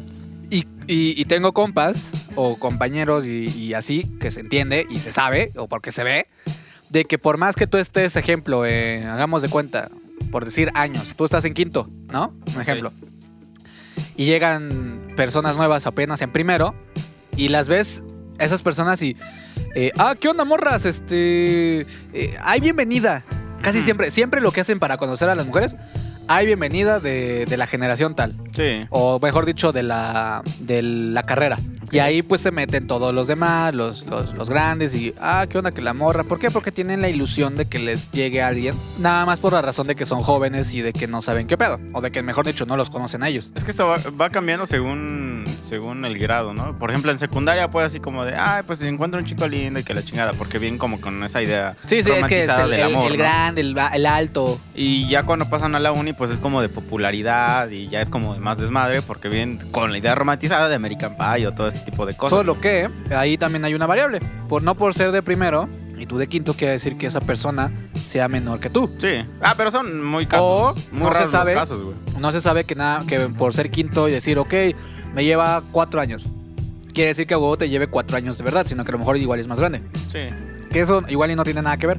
C: Y, y- y tengo compas o compañeros y, y así, que se entiende y se sabe, o porque se ve, de que por más que tú estés, ejemplo, eh, hagamos de cuenta, por decir años, tú estás en quinto, ¿no? Un ejemplo. Y llegan personas nuevas apenas en primero y las ves, esas personas y... eh, ah, ¿qué onda, morras? Este... eh, ay, bienvenida. Casi
A: Ujú.
C: siempre, siempre lo que hacen para conocer a las mujeres hay bienvenida de, de la generación tal,
A: Sí.
C: o mejor dicho, de la, de la carrera. Y ahí pues se meten todos los demás, los, los, los grandes, y, ah, qué onda que la morra. ¿Por qué? Porque tienen la ilusión de que les llegue alguien, nada más por la razón de que son jóvenes y de que no saben qué pedo, o de que mejor dicho, no los conocen a ellos.
A: Es que esto va, va cambiando según, según el grado, ¿no? Por ejemplo, en secundaria puede así como de, ay, pues encuentro un chico lindo y que la chingada, porque bien como con esa idea
C: Sí, sí, es que es
A: romantizada
C: el,
A: del
C: el-
A: amor,
C: el
A: ¿no?
C: grande, el, va- el alto.
A: Y ya cuando pasan a la uni, pues es como de popularidad y ya es como de más desmadre, porque bien con la idea romantizada de American Pie o todo este tipo de cosas.
C: Solo que ahí también hay una variable. Por no por ser de primero y tú de quinto, quiere decir que esa persona sea menor que tú.
A: Sí. Ah, pero son muy casos.
C: O
A: muy
C: no se
A: raros
C: sabe.
A: los casos, güey.
C: No se sabe que nada, que por ser quinto y decir, ok, me lleva cuatro años. Quiere decir que a huevo te lleve cuatro años de verdad, sino que a lo mejor igual es más grande.
A: Sí.
C: Que eso igual y no tiene nada que ver.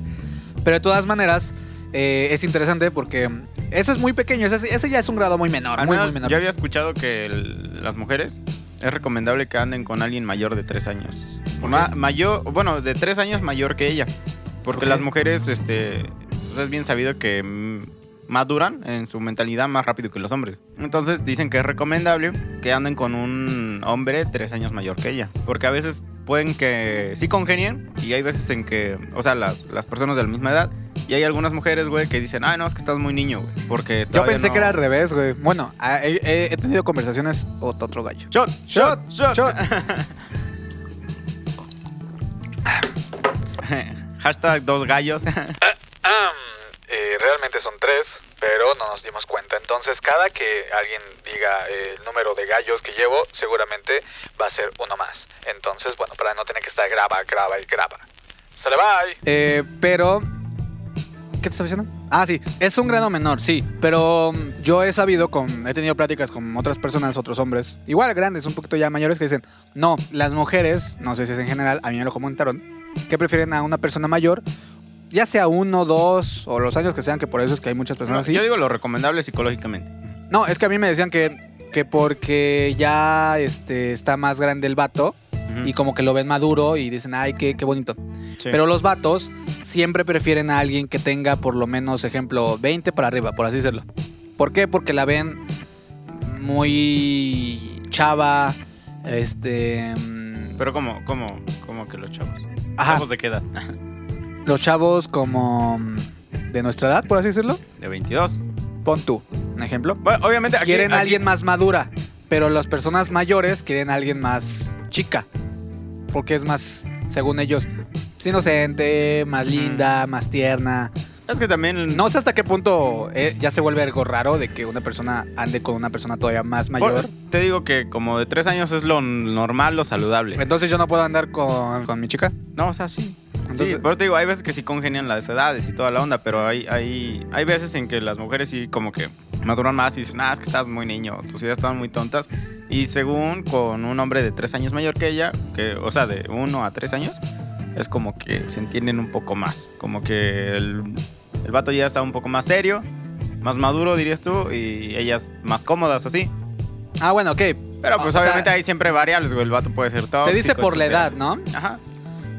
C: Pero de todas maneras, eh, es interesante porque ese es muy pequeño, ese, ese ya es un grado muy menor,
A: Al
C: muy, muy
A: menos
C: menor.
A: yo había escuchado que el- las mujeres es recomendable que anden con alguien mayor de tres años. Ma- mayor, bueno, de tres años mayor que ella. Porque
C: qué?
A: las mujeres, este, pues es bien sabido que mm, maduran en su mentalidad más rápido que los hombres. Entonces dicen que es recomendable que anden con un hombre tres años mayor que ella. Porque a veces pueden que sí congenien y hay veces en que, o sea, las, las personas de la misma edad. Y hay algunas mujeres, güey, que dicen, ay, no, es que estás muy niño, güey. Porque
C: Yo
A: todavía
C: pensé
A: no-
C: que era al revés, güey. Bueno, a- he, he- he tenido conversaciones o otro gallo.
A: Shot,
C: Shot, shot.
A: Hashtag dos gallos.
C: Pues
D: Am, eh, realmente son tres, pero no nos dimos cuenta. Entonces, cada que alguien diga eh, el número de gallos que llevo, seguramente va a ser uno más. Entonces, bueno, para no tener que estar graba, graba y graba. ¡Sale, bye!
C: Eh, pero. ¿Qué te estaba diciendo? Ah, sí, es un grado menor, sí. Pero mm, yo he sabido, con, he tenido pláticas con otras personas, otros hombres, igual grandes, un poquito ya mayores, que dicen: No, las mujeres, no sé si es en general, a mí me lo comentaron, que prefieren a una persona mayor, ya sea uno, dos, o los años que sean, que por eso es que hay muchas personas así.
A: Yo digo lo recomendable psicológicamente.
C: No, es que a mí me decían que, que porque ya este, está más grande el vato y como que lo ven maduro y dicen: Ay, qué, qué bonito.
A: Sí.
C: Pero los vatos siempre prefieren a alguien que tenga por lo menos, ejemplo, 20 para arriba, por así decirlo. ¿Por qué? Porque la ven muy chava, este... mm,
A: Pero como, como, como que los chavos.
C: Ajá,
A: ¿Chavos de qué edad?
C: los chavos como mm, de nuestra edad, por así decirlo.
A: De 22.
C: Pon tú, un ejemplo.
A: Bueno, obviamente aquí...
C: Quieren a
A: aquí-
C: alguien más madura, pero las personas mayores quieren a alguien más chica. Porque es más, según ellos, pues, inocente, más
A: Ujú.
C: linda, más tierna.
A: Es que también...
C: No sé hasta qué punto eh, ya se vuelve algo raro de que una persona ande con una persona todavía más
A: por-
C: mayor.
A: te digo que como de tres años es lo normal, lo saludable.
C: Entonces yo no puedo andar con, con mi chica.
A: No, o sea, sí. pues.
C: Entonces-
A: sí, pero te digo, hay veces que sí congenian las edades y toda la onda, pero hay, hay, hay veces en que las mujeres sí como que maduran más y dicen, ah, es que estás muy niño, tus ideas estaban muy tontas. Y según con un hombre de tres años mayor que ella, que, o sea, de uno a tres años, es como que se entienden un poco más. Como que el, el vato ya está un poco más serio, más maduro, dirías tú, y ellas más cómodas así.
C: Ah, bueno, ok.
A: Pero pues
C: O sea,
A: obviamente hay este. siempre variables, güey, el vato puede ser todo.
C: se dice por la edad, ¿no?
A: Ajá.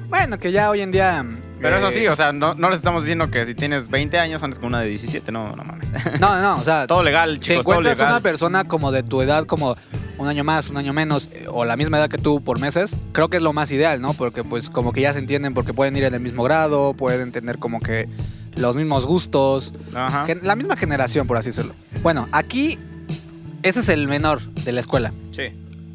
C: Bueno, que ya hoy en día mm,
A: Pero eso
C: Eh,
A: sí, o sea, no, no les estamos diciendo que si tienes 20 años andes con una de 17, no, no mames. [laughs]
C: [laughs] No, no, o sea,
A: todo legal,
C: si
A: chicos, pues todo
C: encuentras
A: legal.
C: una persona como de tu edad, como un año más, un año menos, eh, o la misma edad que tú por meses, creo que es lo más ideal, ¿no? Porque pues como que ya se entienden porque pueden ir en el mismo grado, pueden tener como que los mismos gustos,
A: Ajá.
C: gen- la misma generación, por así decirlo. Bueno, aquí ese es el menor de la escuela.
A: Sí.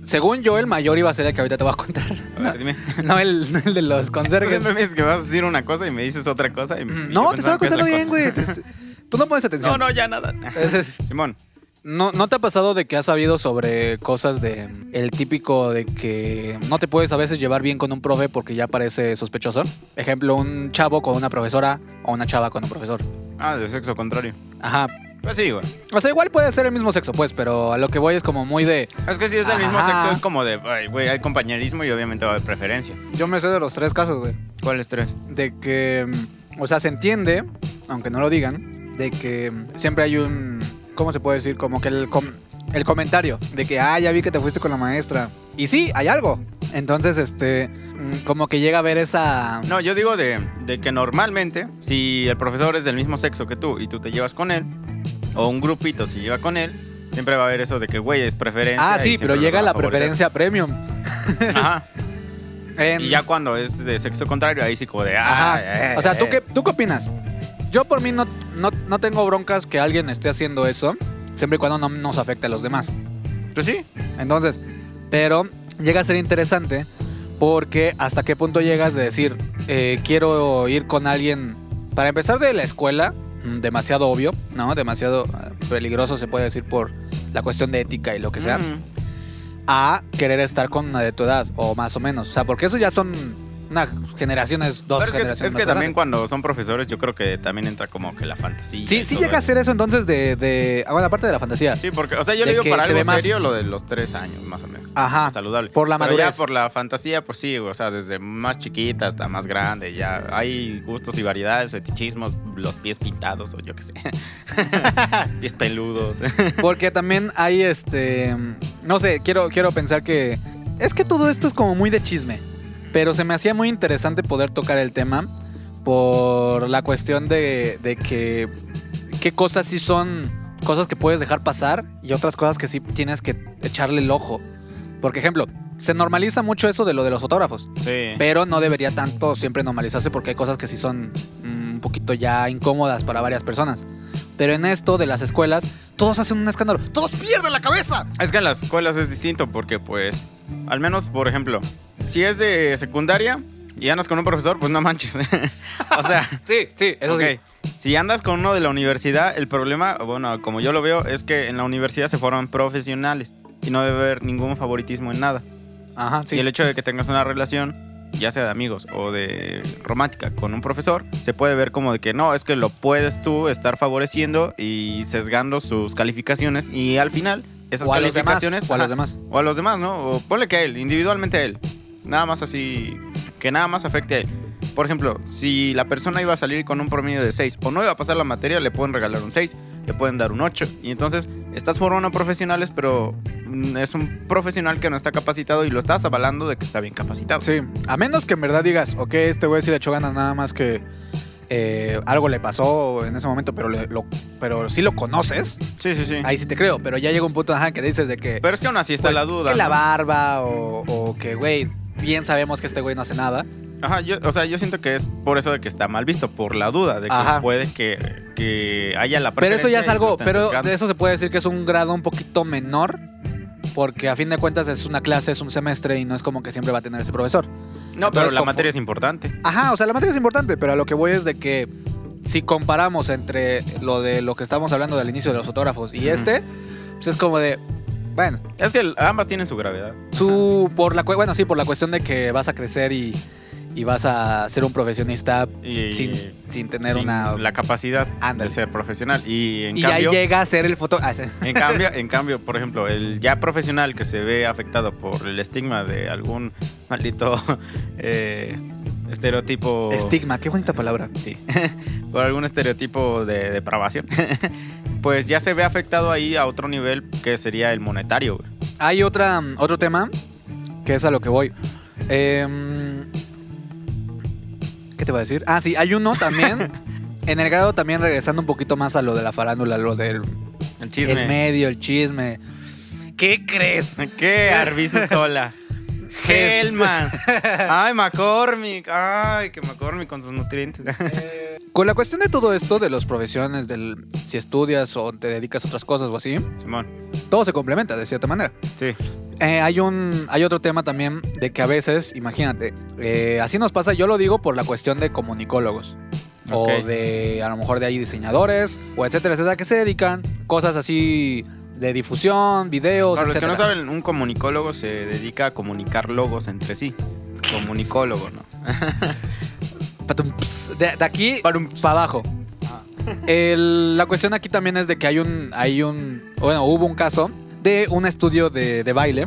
C: Según yo, el mayor iba a ser el que ahorita te voy a contar. [laughs]
A: A ver, dime.
C: No el, no el
A: [laughs]
C: de los
A: Tú
C: conserjes.
A: siempre me dices que me vas a decir una cosa y me dices otra cosa. y- y yo
C: No, te
A: pensaba
C: estaba
A: que esa
C: contando bien,
A: cosa-
C: güey. Te- Tú no pones atención.
A: No, no, ya nada. [laughs]
C: Ese-
A: Simón.
C: ¿No, ¿No te ha pasado de que has sabido sobre cosas de el típico de que no te puedes a veces llevar bien con un profe porque ya parece sospechoso? Ejemplo, un chavo con una profesora o una chava con un profesor.
A: Ah, de sexo contrario.
C: Ajá.
A: Pues sí, güey.
C: O sea, igual puede ser el mismo sexo, pues, pero a lo que voy es como muy de.
A: Es que si es del mismo
C: Ajá.
A: sexo, es como de, ay, güey, hay compañerismo y obviamente va a haber preferencia.
C: Yo me sé de los tres casos, güey.
A: ¿Cuál es tres?
C: de que, mm, o sea, se entiende, aunque no lo digan, de que mm, siempre hay un, ¿cómo se puede decir? Como que el, com- el comentario de que, ah, ya vi que te fuiste con la maestra. Y sí, hay algo. Entonces, este, mm, como que llega a ver esa...
A: No, yo digo de, de que normalmente, si el profesor es del mismo sexo que tú y tú te llevas con él, o un grupito se lleva con él, siempre va a haber eso de que, güey, es preferencia.
C: ah,
A: y
C: sí,
A: siempre
C: pero
A: los
C: llega
A: va a
C: la
A: favorecer.
C: preferencia premium.
A: Ajá.
C: [laughs] En-
A: Y ya cuando es de sexo contrario, ahí sí como de, ah,
C: Ajá.
A: eh,
C: O sea, ¿tú
A: eh.
C: qué, ¿tú qué opinas? Yo por mí no, no, no tengo broncas que alguien esté haciendo eso, siempre y cuando no nos afecte a los demás.
A: Pues sí.
C: Entonces, pero llega a ser interesante porque hasta qué punto llegas de decir, eh, quiero ir con alguien, para empezar de la escuela, mm, demasiado obvio, ¿no? Demasiado eh, peligroso se puede decir por la cuestión de ética y lo que sea,
A: Mm.
C: a querer estar con una de tu edad o más o menos. O sea, porque eso ya son unas generaciones,
A: Pero
C: dos
A: es que,
C: generaciones.
A: es que
C: más
A: también
C: grandes.
A: cuando son profesores, yo creo que también entra como que la fantasía. y
C: Sí, sí
A: todo
C: llega a
A: eso.
C: ser eso entonces de... de ah, bueno, aparte de la fantasía.
A: Sí, porque, o sea, yo
C: de
A: le digo
C: que
A: para
C: se ve
A: algo
C: más- Ah.
A: serio lo de los tres años, más o menos.
C: Ajá.
A: Saludable.
C: Por la
A: Pero ya
C: madurez.
A: por la fantasía, pues sí, o sea, desde más chiquita hasta más grande, ya hay gustos y variedades, fetichismos, los pies pintados o yo
C: [laughs]
A: qué sé. pies peludos.
C: Porque también hay este. No sé, quiero, quiero pensar que. Es que todo esto es como muy de chisme. Pero se me hacía muy interesante poder tocar el tema. Por la cuestión de, de que. ¿Qué cosas sí son cosas que puedes dejar pasar? Y otras cosas que sí tienes que echarle el ojo. Por ejemplo, se normaliza mucho eso de lo de los fotógrafos.
A: Sí.
C: Pero no debería tanto siempre normalizarse porque hay cosas que sí son mm, un poquito ya incómodas para varias personas. Pero en esto de las escuelas, todos hacen un escándalo. ¡Todos pierden
A: [laughs]
C: la cabeza!
A: Es que en las escuelas es distinto porque, pues, al menos, por ejemplo, si es de secundaria y andas con un profesor, pues no manches. o sea,
C: Sí, sí, eso
A: ok, si andas con uno de la universidad, el problema, bueno, como yo lo veo, es que en la universidad se forman profesionales y no debe haber ningún favoritismo en nada.
C: sí. Ajá, Ah, sí.
A: Y el hecho de que tengas una relación, ya sea de amigos o de romántica, con un profesor, se puede ver como de que no, es que lo puedes tú estar favoreciendo y sesgando sus calificaciones y al final esas
C: o a los demás.
A: calificaciones
C: O a los
A: ajá,
C: demás.
A: o a los demás, ¿no? O ponle que a él, individualmente a él. Nada más así, que nada más afecte a él. Por ejemplo, si la persona iba a salir con un promedio de 6 o no iba a pasar la materia, le pueden regalar un 6, le pueden dar un 8. Y entonces estás formando profesionales, pero mm, es un profesional que no está capacitado y lo estás avalando de que está bien capacitado.
C: Sí, a menos que en verdad digas, ok, este güey sí le echó ganas nada más que eh, algo le pasó en ese momento, pero, le- lo, pero sí lo conoces,
A: sí, sí. sí.
C: ahí sí te creo. Pero ya llega un punto ajá, que dices de que...
A: Pero es que aún así está
C: pues,
A: la duda.
C: Que la
A: ¿no?
C: barba o, o que, güey, bien sabemos que este güey no hace nada.
A: Ajá, yo, o sea, yo siento que es por eso de que está mal visto, por la duda de que
C: Ajá.
A: puede que, que haya la
C: Pero eso ya
A: preferencia y
C: es
A: lo
C: algo,
A: estén
C: pero
A: sesgando.
C: de eso se puede decir que es un grado un poquito menor, porque a fin de cuentas es una clase, es un semestre y no es como que siempre va a tener ese profesor.
A: No, pero
C: entonces
A: la
C: confo-
A: materia es importante.
C: Ajá, o sea, la materia es importante, pero a lo que voy es de que si comparamos entre lo de lo que estábamos hablando del inicio de los fotógrafos y
A: Ujú.
C: este, pues es como de, bueno,
A: Es que ambas tienen su gravedad.
C: su, por la, cue- bueno, sí, por la cuestión de que vas a crecer y, y vas a ser un profesionista
A: Y
C: sin, sin tener
A: sin
C: una...
A: la capacidad
C: Ándale.
A: de ser profesional. Y en
C: y
A: cambio,
C: ahí llega a ser el ah, fotógrafo.
A: en
C: [laughs]
A: cambio, en cambio, por ejemplo, el ya profesional que se ve afectado por el estigma de algún maldito [laughs] eh, estereotipo.
C: Estigma, qué bonita palabra.
A: Sí. [laughs] por algún estereotipo de depravación. [laughs] pues ya se ve afectado ahí a otro nivel que sería el monetario. güey.
C: Hay otra, mm, otro tema que es a lo que voy. Em, ¿Qué te va a decir? Ah, sí, hay uno también. en el grado también regresando un poquito más a lo de la farándula, lo del
A: El chisme.
C: el medio, el chisme. ¿Qué crees?
A: ¿Qué? Arbizu
C: [laughs]
A: sola. Helmans.
C: Este.
A: Ay, McCormick. Ay, que McCormick con sus nutrientes. [laughs]
C: Con la cuestión de todo esto, de las profesiones, del si estudias o te dedicas a otras cosas o así,
A: Simón.
C: todo se complementa de cierta manera.
A: Sí.
C: Eh, hay un hay otro tema también de que a veces, imagínate, eh, así nos pasa, yo lo digo por la cuestión de comunicólogos.
A: Ok.
C: O de, a lo mejor de ahí diseñadores, o etcétera, etcétera, que se dedican cosas así de difusión, videos,
A: Para los que
C: etcétera.
A: no saben, un comunicólogo se dedica a comunicar logos entre sí. Comunicólogo, ¿no?
C: Patum, ps, De, de aquí
A: Para un
C: para abajo. El- la cuestión aquí también es de que hay un, hay un, bueno, hubo un caso de un estudio de, de baile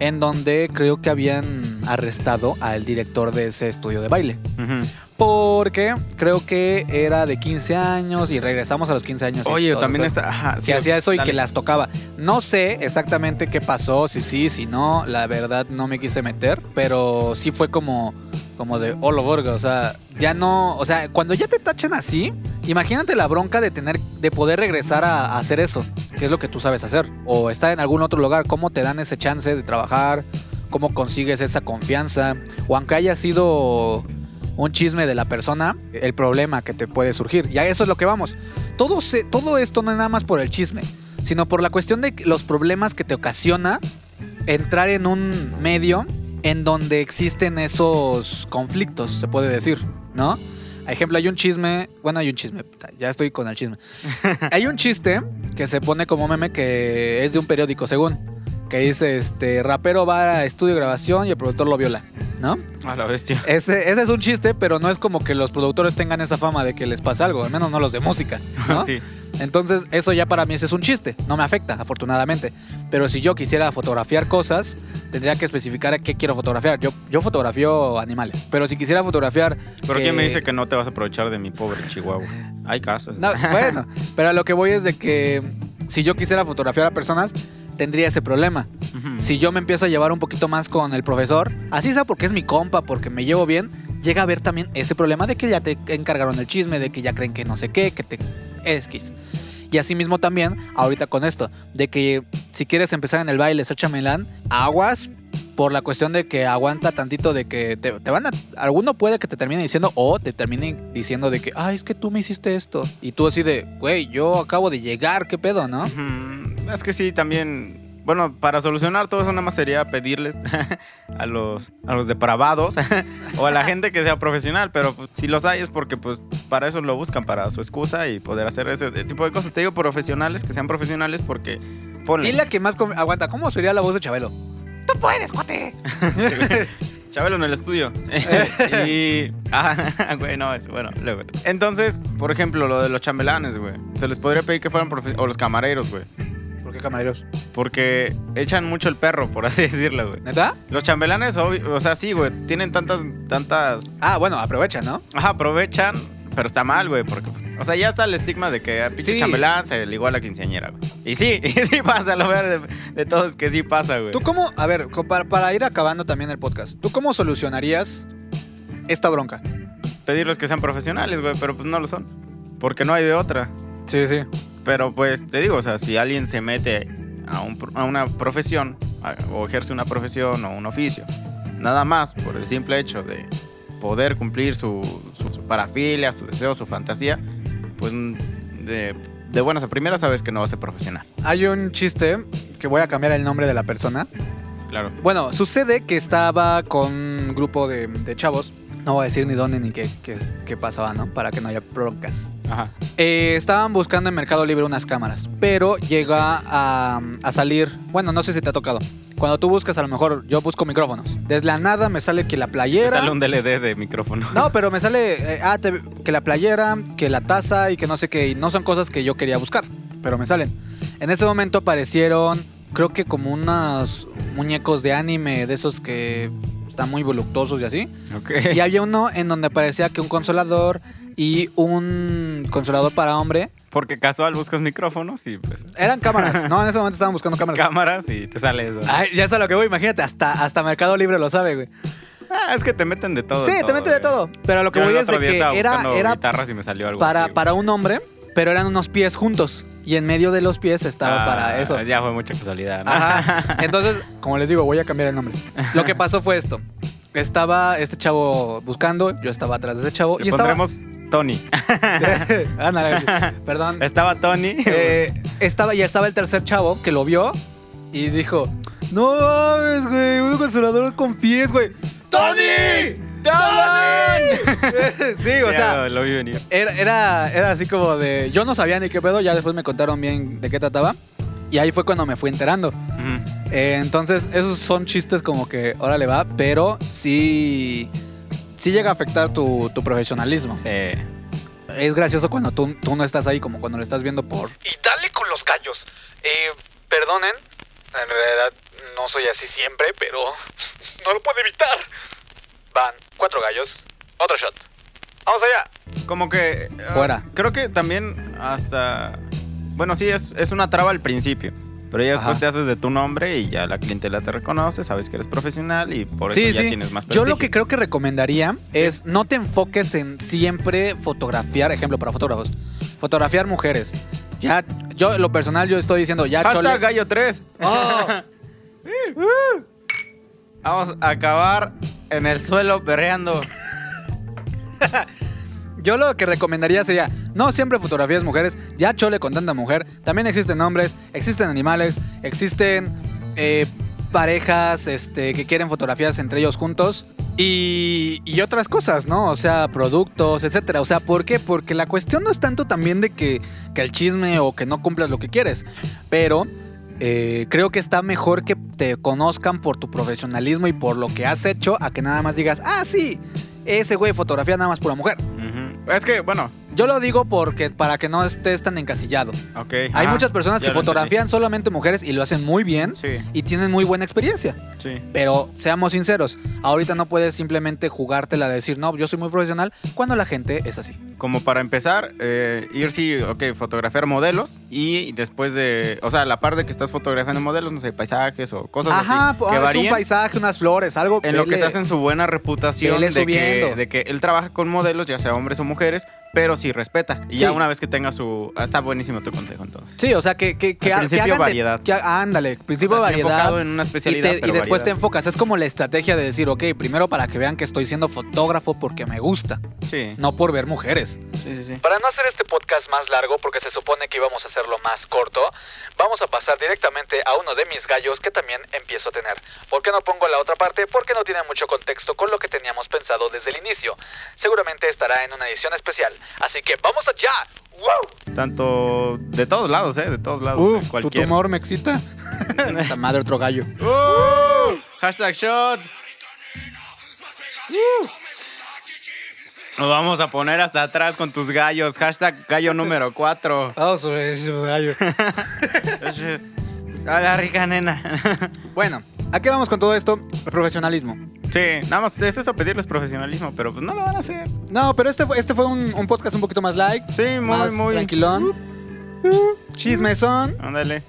C: en donde creo que habían arrestado al director de ese estudio de baile.
A: Ujú.
C: Porque creo que era de 15 años y regresamos a los 15 años. y
A: Oye,
C: todo
A: también
C: esto.
A: está. Ajá,
C: Que
A: sí,
C: hacía eso y
A: dale.
C: que las tocaba. No sé exactamente qué pasó, si sí, si no. La verdad no me quise meter, pero sí fue como, como de holo borga. O sea, ya no. O sea, cuando ya te tachan así, imagínate la bronca de tener, de poder regresar a, a hacer eso, que es lo que tú sabes hacer. O estar en algún otro lugar, cómo te dan ese chance de trabajar, cómo consigues esa confianza. O aunque haya sido un chisme de la persona, el problema que te puede surgir. Y a eso es lo que vamos. Todo, se- todo esto no es nada más por el chisme, sino por la cuestión de los problemas que te ocasiona entrar en un medio en donde existen esos conflictos, se puede decir, ¿no? Por ejemplo, hay un chisme, bueno, hay un chisme, puta, ya estoy con el chisme. Hay un chiste que se pone como meme que es de un periódico, según, que dice, este, rapero va a estudio de grabación y el productor lo viola, ¿no?
A: A la bestia.
C: Ese, ese es un chiste, pero no es como que los productores tengan esa fama de que les pasa algo, al menos no los de música.
A: [laughs]
C: ¿no?
A: Sí.
C: Entonces, eso ya para mí ese es un chiste, no me afecta, afortunadamente. Pero si yo quisiera fotografiar cosas, tendría que especificar a qué quiero fotografiar. Yo, yo fotografío animales, pero si quisiera fotografiar...
A: Pero ¿quién me dice que no te vas a aprovechar de mi pobre Chihuahua? Hay casos. [laughs]
C: No, bueno, pero a lo que voy es de que si yo quisiera fotografiar a personas, tendría ese problema.
A: Ujú.
C: Si yo me empiezo a llevar un poquito más con el profesor, así sea porque es mi compa, porque me llevo bien, llega a haber también ese problema de que ya te encargaron el chisme, de que ya creen que no sé qué, que te esquis. Y asimismo también, ahorita con esto, de que si quieres empezar en el baile, ser chamelán, aguas por la cuestión de que aguanta tantito de que te, te van a... Alguno puede que te termine diciendo o te termine diciendo de que, ay, es que tú me hiciste esto. Y tú así de, güey, yo acabo de llegar, ¿qué pedo, no?
A: Ujú. Es que sí, también. Bueno, para solucionar todo eso, nada más sería pedirles [laughs] a los, a los depravados [laughs] o a la gente que sea profesional, pero pues, si los hay es porque pues para eso lo buscan, para su excusa y poder hacer ese tipo de cosas. Te digo profesionales, que sean profesionales porque
C: Y
A: ponle.
C: la que más... con- Aguanta, ¿cómo sería la voz de Chabelo? ¡Tú puedes, cuate!
A: Chabelo en el estudio. [laughs] y. Ah, [laughs] güey, no, es bueno, luego. Entonces, por ejemplo, lo de los chambelanes, güey. Se les podría pedir que fueran profe- O los camareros, güey.
C: ¿Por qué camareros?
A: Porque echan mucho el perro, por así [laughs] decirlo, güey.
C: ¿Neta?
A: Los chambelanes, obvi- o sea, sí, güey. Tienen tantas. tantas
C: Ah, bueno, aprovecha, ¿no?
A: Ajá, aprovechan, pero está mal, güey, porque, pues, o sea, ya está el estigma de que a pinche
C: Sí.
A: chambelán se ligó a la quinceañera, güey. Y sí, [laughs] y sí pasa, lo peor de, de todo es que sí pasa, güey.
C: ¿Tú cómo, a ver, co- para, para ir acabando también el podcast, ¿tú cómo solucionarías esta bronca?
A: Pedirles que sean profesionales, güey, pero pues no lo son, porque no hay de otra.
C: Sí, sí.
A: Pero pues te digo, o sea, si alguien se mete a, un pro- a una profesión, a- o ejerce una profesión o un oficio, nada más por el simple hecho de poder cumplir su, su- su parafilia, su deseo, su fantasía, pues mm, de, de buenas a primeras sabes que no va a ser profesional.
C: Hay un chiste que voy a cambiar el nombre de la persona.
A: Claro.
C: Bueno, sucede que estaba con un grupo de, de chavos. No voy a decir ni dónde ni qué, qué, qué pasaba, ¿no? Para que no haya broncas.
A: Ajá.
C: Eh, estaban buscando en Mercado Libre unas cámaras, pero llega a, a salir. Bueno, no sé si te ha tocado. Cuando tú buscas, a lo mejor yo busco micrófonos. Desde la nada me sale que la playera.
A: Te sale un DLD de micrófono.
C: No, pero me sale eh, ah, te- que la playera, que la taza y que no sé qué. Y no son cosas que yo quería buscar, pero me salen. En ese momento aparecieron, creo que como unos muñecos de anime, de esos que están muy voluptuosos y así.
A: [laughs] Ok. [laughs]
C: Y había uno en donde aparecía que un consolador y un consolador para hombre.
A: Porque casual buscas micrófonos y pues
C: Eran cámaras, ¿no? En ese momento estaban buscando cámaras. Ah.
A: cámaras y te sale eso.
C: Ay, ya es a lo que voy, imagínate, hasta, hasta Mercado Libre lo sabe, güey.
A: Ah, es que te meten de todo.
C: sí, te metes de
A: güey.
C: todo. Pero lo que
A: Yo el
C: voy es de
A: otro día
C: que
A: estaba
C: era,
A: buscando
C: era
A: guitarras y me salió algo
C: para,
A: así, güey.
C: para un hombre, pero eran unos pies juntos. Y en medio de los pies estaba
A: Ah,
C: para eso.
A: Ya fue mucha casualidad, ¿no? [laughs]
C: Ajá. [laughs] Entonces, como les digo, voy a cambiar el nombre. Lo que pasó fue esto. Estaba este chavo buscando, yo estaba atrás de ese chavo.
A: Le
C: y estaba...
A: pondremos Tony.
C: [laughs] Ándale, perdón.
A: Estaba [laughs] Tony.
C: Eh, estaba, y estaba el tercer chavo que lo vio y dijo: No mames, güey, un consolador con pies, güey. ¡Tony! ¡Tony! [laughs] sí, o
A: Ya
C: sea,
A: lo, lo vi venir.
C: era, era, era así como de. Yo no sabía ni qué pedo, ya después me contaron bien de qué trataba. Y ahí fue cuando me fui enterando.
A: Ujú.
C: Eh, entonces, esos son chistes como que ahora le va, pero sí. Sí llega a afectar tu, tu profesionalismo.
A: Sí.
C: Es gracioso cuando tú, tú no estás ahí, como cuando lo estás viendo por.
D: Y dale con los callos. Eh, perdonen, en realidad no soy así siempre, pero [laughs] no lo puedo evitar. Van cuatro gallos, otro shot. Vamos allá.
A: Como que. eh,
C: Fuera.
A: Creo que también hasta. Bueno, sí, es, es una traba al principio. Pero ya después
C: Ajá.
A: te haces de tu nombre y ya la clientela te reconoce, sabes que eres profesional y por eso
C: Sí,
A: ya
C: sí.
A: tienes más
C: Yo
A: prestigio.
C: lo que creo que recomendaría es no te enfoques en siempre fotografiar, ejemplo para fotógrafos, fotografiar mujeres. Ya, yo, lo personal, yo estoy diciendo, ya,
A: Hashtag
C: chole.
A: gallo [laughs] 3.
C: Oh,
A: Vamos a acabar en el suelo perreando.
C: yo lo que recomendaría sería, no siempre fotografías mujeres, ya chole con tanta mujer. También existen hombres, existen animales, existen eh, parejas este, que quieren fotografías entre ellos juntos. Y, y otras cosas, ¿no? O sea, productos, etcétera. O sea, ¿por qué? Porque la cuestión no es tanto también de que, que el chisme o que no cumplas lo que quieres. Pero eh, creo que está mejor que te conozcan por tu profesionalismo y por lo que has hecho a que nada más digas, ah, sí, ese güey fotografía nada más pura mujer.
A: Ujú. Es que, bueno,
C: Yo lo digo porque para que no estés tan encasillado.
A: ok.
C: Hay
A: Ah,
C: muchas personas
A: ya
C: que
A: lo entendí.
C: fotografían solamente mujeres y lo hacen muy bien
A: Sí,
C: y tienen muy buena experiencia.
A: sí.
C: Pero seamos sinceros, ahorita no puedes simplemente jugártela de decir, no, yo soy muy profesional, cuando la gente es así.
A: Como para empezar, eh, ir sí, ok, fotografiar modelos y después de, o sea, a la par de que estás fotografiando modelos, no sé, paisajes o cosas
C: Ajá,
A: así.
C: pues,
A: que
C: es un
A: varíen.
C: paisaje, unas flores, algo.
A: en lo que
C: vele.
A: se hacen su buena reputación
C: Vele
A: de que,
C: subiendo.
A: de que él trabaja con modelos, ya sea hombres o mujeres, pero sí respeta. Y ya
C: Sí.
A: una vez que tenga su... ah, Está buenísimo tu consejo entonces.
C: Sí, o sea, que, que, que,
A: Al
C: ha- que
A: principio
C: hagan de-
A: variedad.
C: que ha- ándale, principio
A: O sea, sí
C: variedad.
A: enfocado en una
C: Y,
A: especialidad,
C: te- y
A: pero
C: después te
A: variedad.
C: enfocas. Es como la estrategia de decir, ok, primero para que vean que estoy siendo fotógrafo porque me gusta,
A: Sí,
C: no por ver mujeres.
A: sí, sí, sí.
D: Para no hacer este podcast más largo, porque se supone que íbamos a hacerlo más corto, vamos a pasar directamente a uno de mis gallos que también empiezo a tener. ¿Por qué no pongo la otra parte? Porque no tiene mucho contexto con lo que teníamos pensado desde el inicio. Seguramente estará en una edición especial. Así que vamos allá. ¡Wow!
A: Tanto de todos lados, ¿eh? De todos lados.
C: Uf, tu
A: cualquier.
C: tumor me [laughs] excita. Esta madre, otro gallo.
A: ¡Uh! Hashtag shot. ¡Uh! Nos vamos a poner hasta atrás con tus gallos. Hashtag gallo número 4.
C: Vamos sobre su gallo.
A: Hola, rica nena.
C: [laughs] Bueno, ¿a qué vamos con todo esto? El profesionalismo.
A: Sí, nada más es eso pedirles profesionalismo, pero pues no lo van a hacer.
C: No, pero este fue, este fue un, un podcast un poquito más light,
A: Sí, muy,
C: más
A: muy. Uh,
C: tranquilón. Chismesón.
A: Ándale.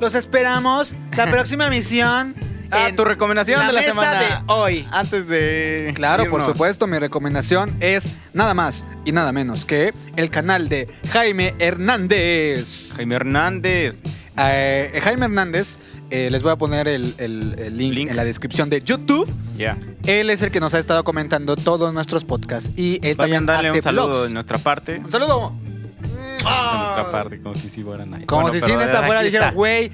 C: Los esperamos. [laughs] La próxima misión.
A: Ah,
C: en
A: tu recomendación de la
C: mesa
A: semana.
C: de hoy.
A: Antes de.
C: Claro, por
A: irnos.
C: supuesto, mi recomendación es nada más y nada menos que el canal de Jaime Hernández.
A: Jaime Hernández.
C: Eh, Jaime Hernández, eh, les voy a poner el, el- el link,
A: Link.
C: en la descripción de YouTube.
A: Ya.
C: Él es el que nos ha estado comentando todos nuestros podcasts y él
A: Vayan
C: también
A: darle
C: hace
A: un saludo
C: vlogs.
A: de nuestra parte.
C: Un saludo. Ah.
A: De nuestra parte, como si sí fueran ahí.
C: Como
A: Bueno,
C: si si
A: pero
C: neta
A: aquí
C: fuera dijera,
A: está.
C: güey,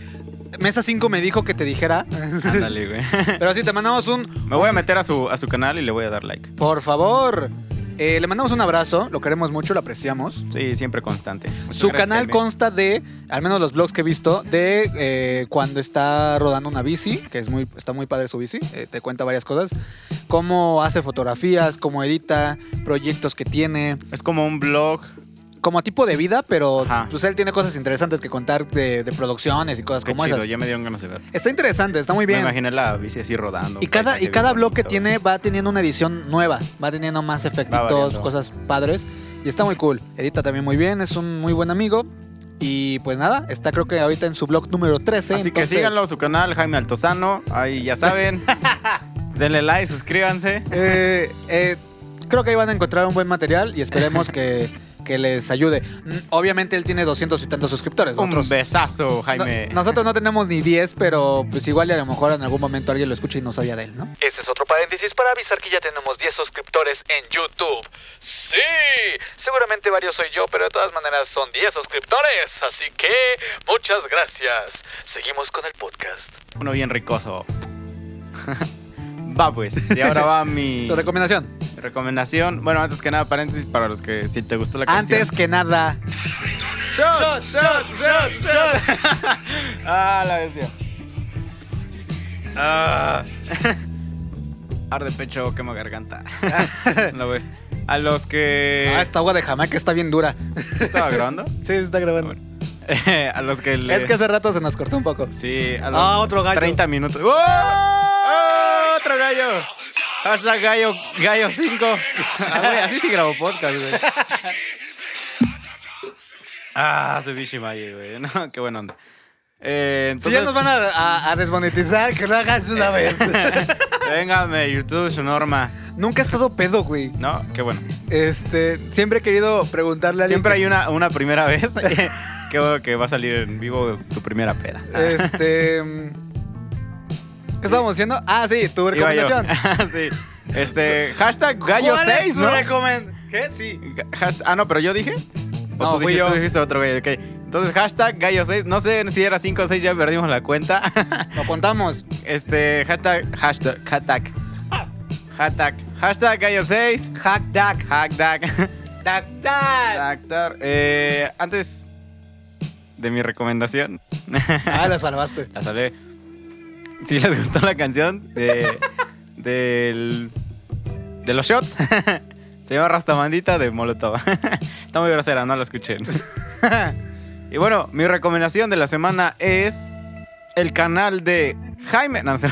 C: Mesa 5 me dijo que
A: [laughs]
C: te dijera.
A: Ándale, güey.
C: Pero sí, te mandamos un,
A: Me voy a meter a su, a su canal y le voy a dar like.
C: por favor. Eh, le mandamos un abrazo, lo queremos mucho, lo apreciamos.
A: Sí, siempre constante. Muchas
C: Su
A: gracias,
C: canal
A: Jaime.
C: consta de, al menos los blogs que he visto, de eh, cuando está rodando una bici, que es muy, está muy padre su bici, eh, te cuenta varias cosas, cómo hace fotografías, cómo edita, proyectos que tiene,
A: Es como un blog.
C: como tipo de vida, pero
A: Ajá.
C: pues él tiene cosas interesantes que contar de, de producciones y cosas
A: Qué
C: como
A: chido,
C: esas.
A: ya me dieron ganas de ver.
C: Está interesante, está muy
A: Me
C: bien.
A: imaginé la bici así rodando.
C: Y
A: un
C: cada,
A: paisaje
C: y cada
A: bien
C: blog que
A: bonito. ¿eh?
C: tiene va teniendo una edición nueva, va teniendo más efectitos,
A: variando.
C: cosas padres. Y está muy cool. Edita también muy bien, es un muy buen amigo. Y pues nada, está creo que ahorita en su blog número 13.
A: Así que
C: entonces- [laughs]
A: síganlo, su canal, Jaime Altozano. Ahí ya saben. Denle like, suscríbanse.
C: Eh, eh, creo que ahí van a encontrar un buen material
A: [laughs]
C: y esperemos que, que les ayude. Mm, Obviamente él tiene 200 y tantos suscriptores.
A: Un
C: Nosotros,
A: besazo,
C: Pues no-
A: Jaime.
C: nosotros no tenemos ni 10, pero pues igual y a lo mejor en algún momento alguien lo escucha y no sabía de él, ¿no?
D: Este es otro paréntesis para avisar que ya tenemos 10 suscriptores en YouTube. Sí, seguramente varios soy yo, pero de todas maneras son 10 suscriptores, así que muchas gracias. Seguimos con el podcast.
A: Uno bien ricoso. va pues, y ahora
C: [laughs]
A: va mi
C: Tu recomendación.
A: recomendación. Bueno, antes que nada, paréntesis para los que si te gustó la canción.
C: Antes que nada,
A: Shot, shot, shot, shot.
C: [laughs]
A: ah, la decía. Ah. Arde pecho, quema [laughs] garganta. ¿Lo ves? A los que.
C: ah, esta agua de Jamaica está bien dura.
A: ¿Sí ¿este ¿Estaba grabando?
C: Sí, está grabando.
A: [laughs] a los que le.
C: Es que hace rato se nos cortó un poco.
A: Sí, a los
C: Ah, otro gallo.
A: 30 minutos. ¡Oh! ¡Oh! ¡Otro gallo! Hashtag gallo, gallo 5. Ah, güey, así sí grabó podcast, güey. [laughs] Ah, Mitsubishi Maye, güey. No, qué buena onda. Eh,
C: Si
A: entonces,
C: ya nos van a, a- a desmonetizar, que lo hagas una vez.
A: [laughs] Véngame, YouTube, su norma.
C: Nunca he estado pedo, güey.
A: No, qué bueno.
C: Este, siempre he querido preguntarle a alguien
A: Siempre
C: que-
A: hay una, una primera vez. [laughs] qué bueno que va a salir en vivo tu primera peda.
C: Este. mm, ¿Qué estábamos diciendo? Ah, sí, tu
A: Iba yo. [laughs]
C: recomendación.
A: sí. Este, hashtag gallo
C: ¿Cuál es
A: 6,
C: tu
A: ¿no?
C: recomen- ¿Qué? Sí.
A: Hasht- ah, no, pero yo dije. O
C: No,
A: tú,
C: fui
A: dijiste,
C: yo.
A: tú dijiste otro gallo, ok. Entonces, hashtag gallo 6. No sé si era 5 o 6, ya perdimos la cuenta. [laughs]
C: Lo contamos.
A: este, hashtag, hashtag, hashtag. Hashtag, hashtag gallo 6.
C: Hack Duck.
A: Hashtag,
C: Duck Duck.
A: hashtag. Eh, antes de mi recomendación,
C: Ah,
A: [laughs]
C: la salvaste.
A: la salvé. Si les gustó la canción de, del, de los shots, [laughs] se llama Rastamandita de Molotov. [laughs] Está muy grosera, no la escuchen. Y bueno, mi recomendación de la semana es el canal de Jaime. No, no sé.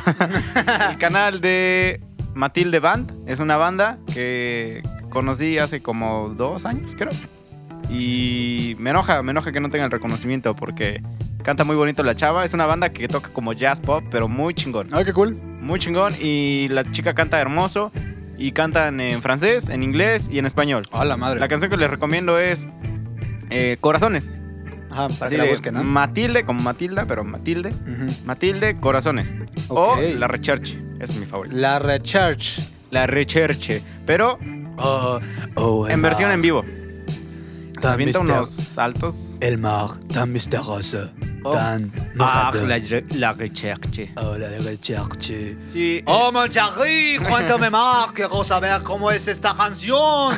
A: el canal de Matilde Band. Es una banda que conocí hace como dos años, creo. Y me enoja, me enoja que no tenga el reconocimiento porque canta muy bonito la chava. Es una banda que toca como jazz pop, pero muy chingón.
C: Ay, qué cool.
A: Muy chingón. Y la chica canta hermoso. Y cantan en francés, en inglés y en español.
C: A la madre.
A: La canción que les recomiendo es eh, Corazones.
C: Ajá, para
A: Así
C: que la
A: de
C: busquen, ¿no?
A: Matilde, como Matilda, pero Matilde.
C: Ujú.
A: Matilde, Corazones. O
C: Ok.
A: La Recherche. Esa es mi favorita.
C: La Recharge.
A: La Recherche. Pero
D: Oh, oh,
A: en versión en vivo. Se
D: Tan
A: avienta
D: mister-
A: unos saltos.
D: El mar tan misterioso,
A: Oh.
D: tan
A: Ah,
D: narrador.
A: la, Eh. re- la Recherche.
D: Oh, la recherche.
A: Sí.
C: Oh, mon chéri, cuéntame más. Quiero saber cómo es esta canción.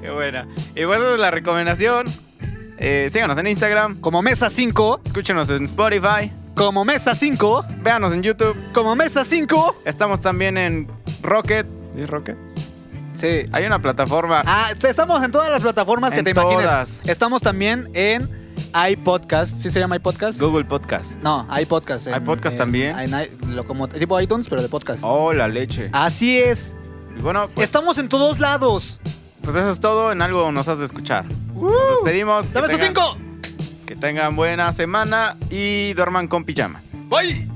A: Qué buena. Y bueno, esa es la recomendación. Eh, síganos en Instagram.
C: Como mesa 5,
A: Escúchenos en Spotify.
C: como mesa 5,
A: Véanos en YouTube.
C: como mesa 5.
A: Estamos también en Rocket. ¿Sí, Rocket?
C: Sí,
A: Hay una plataforma.
C: Ah, estamos en todas las plataformas que
A: En
C: te imagines.
A: todas.
C: Estamos también en iPodcast. ¿Sí se llama iPodcast?
A: Google Podcast.
C: No, iPodcast. en-
A: iPodcast
C: en-
A: también.
C: en i- lo como, tipo iTunes, pero de podcast.
A: Oh, la leche.
C: Así es.
A: Y bueno, pues,
C: estamos en todos lados.
A: pues eso es todo. En algo nos has de escuchar. Nos despedimos. Que
C: Uh, ¡Dame esos
A: tengan-
C: cinco!
A: Que tengan buena semana y duerman con pijama.
C: ¡Voy!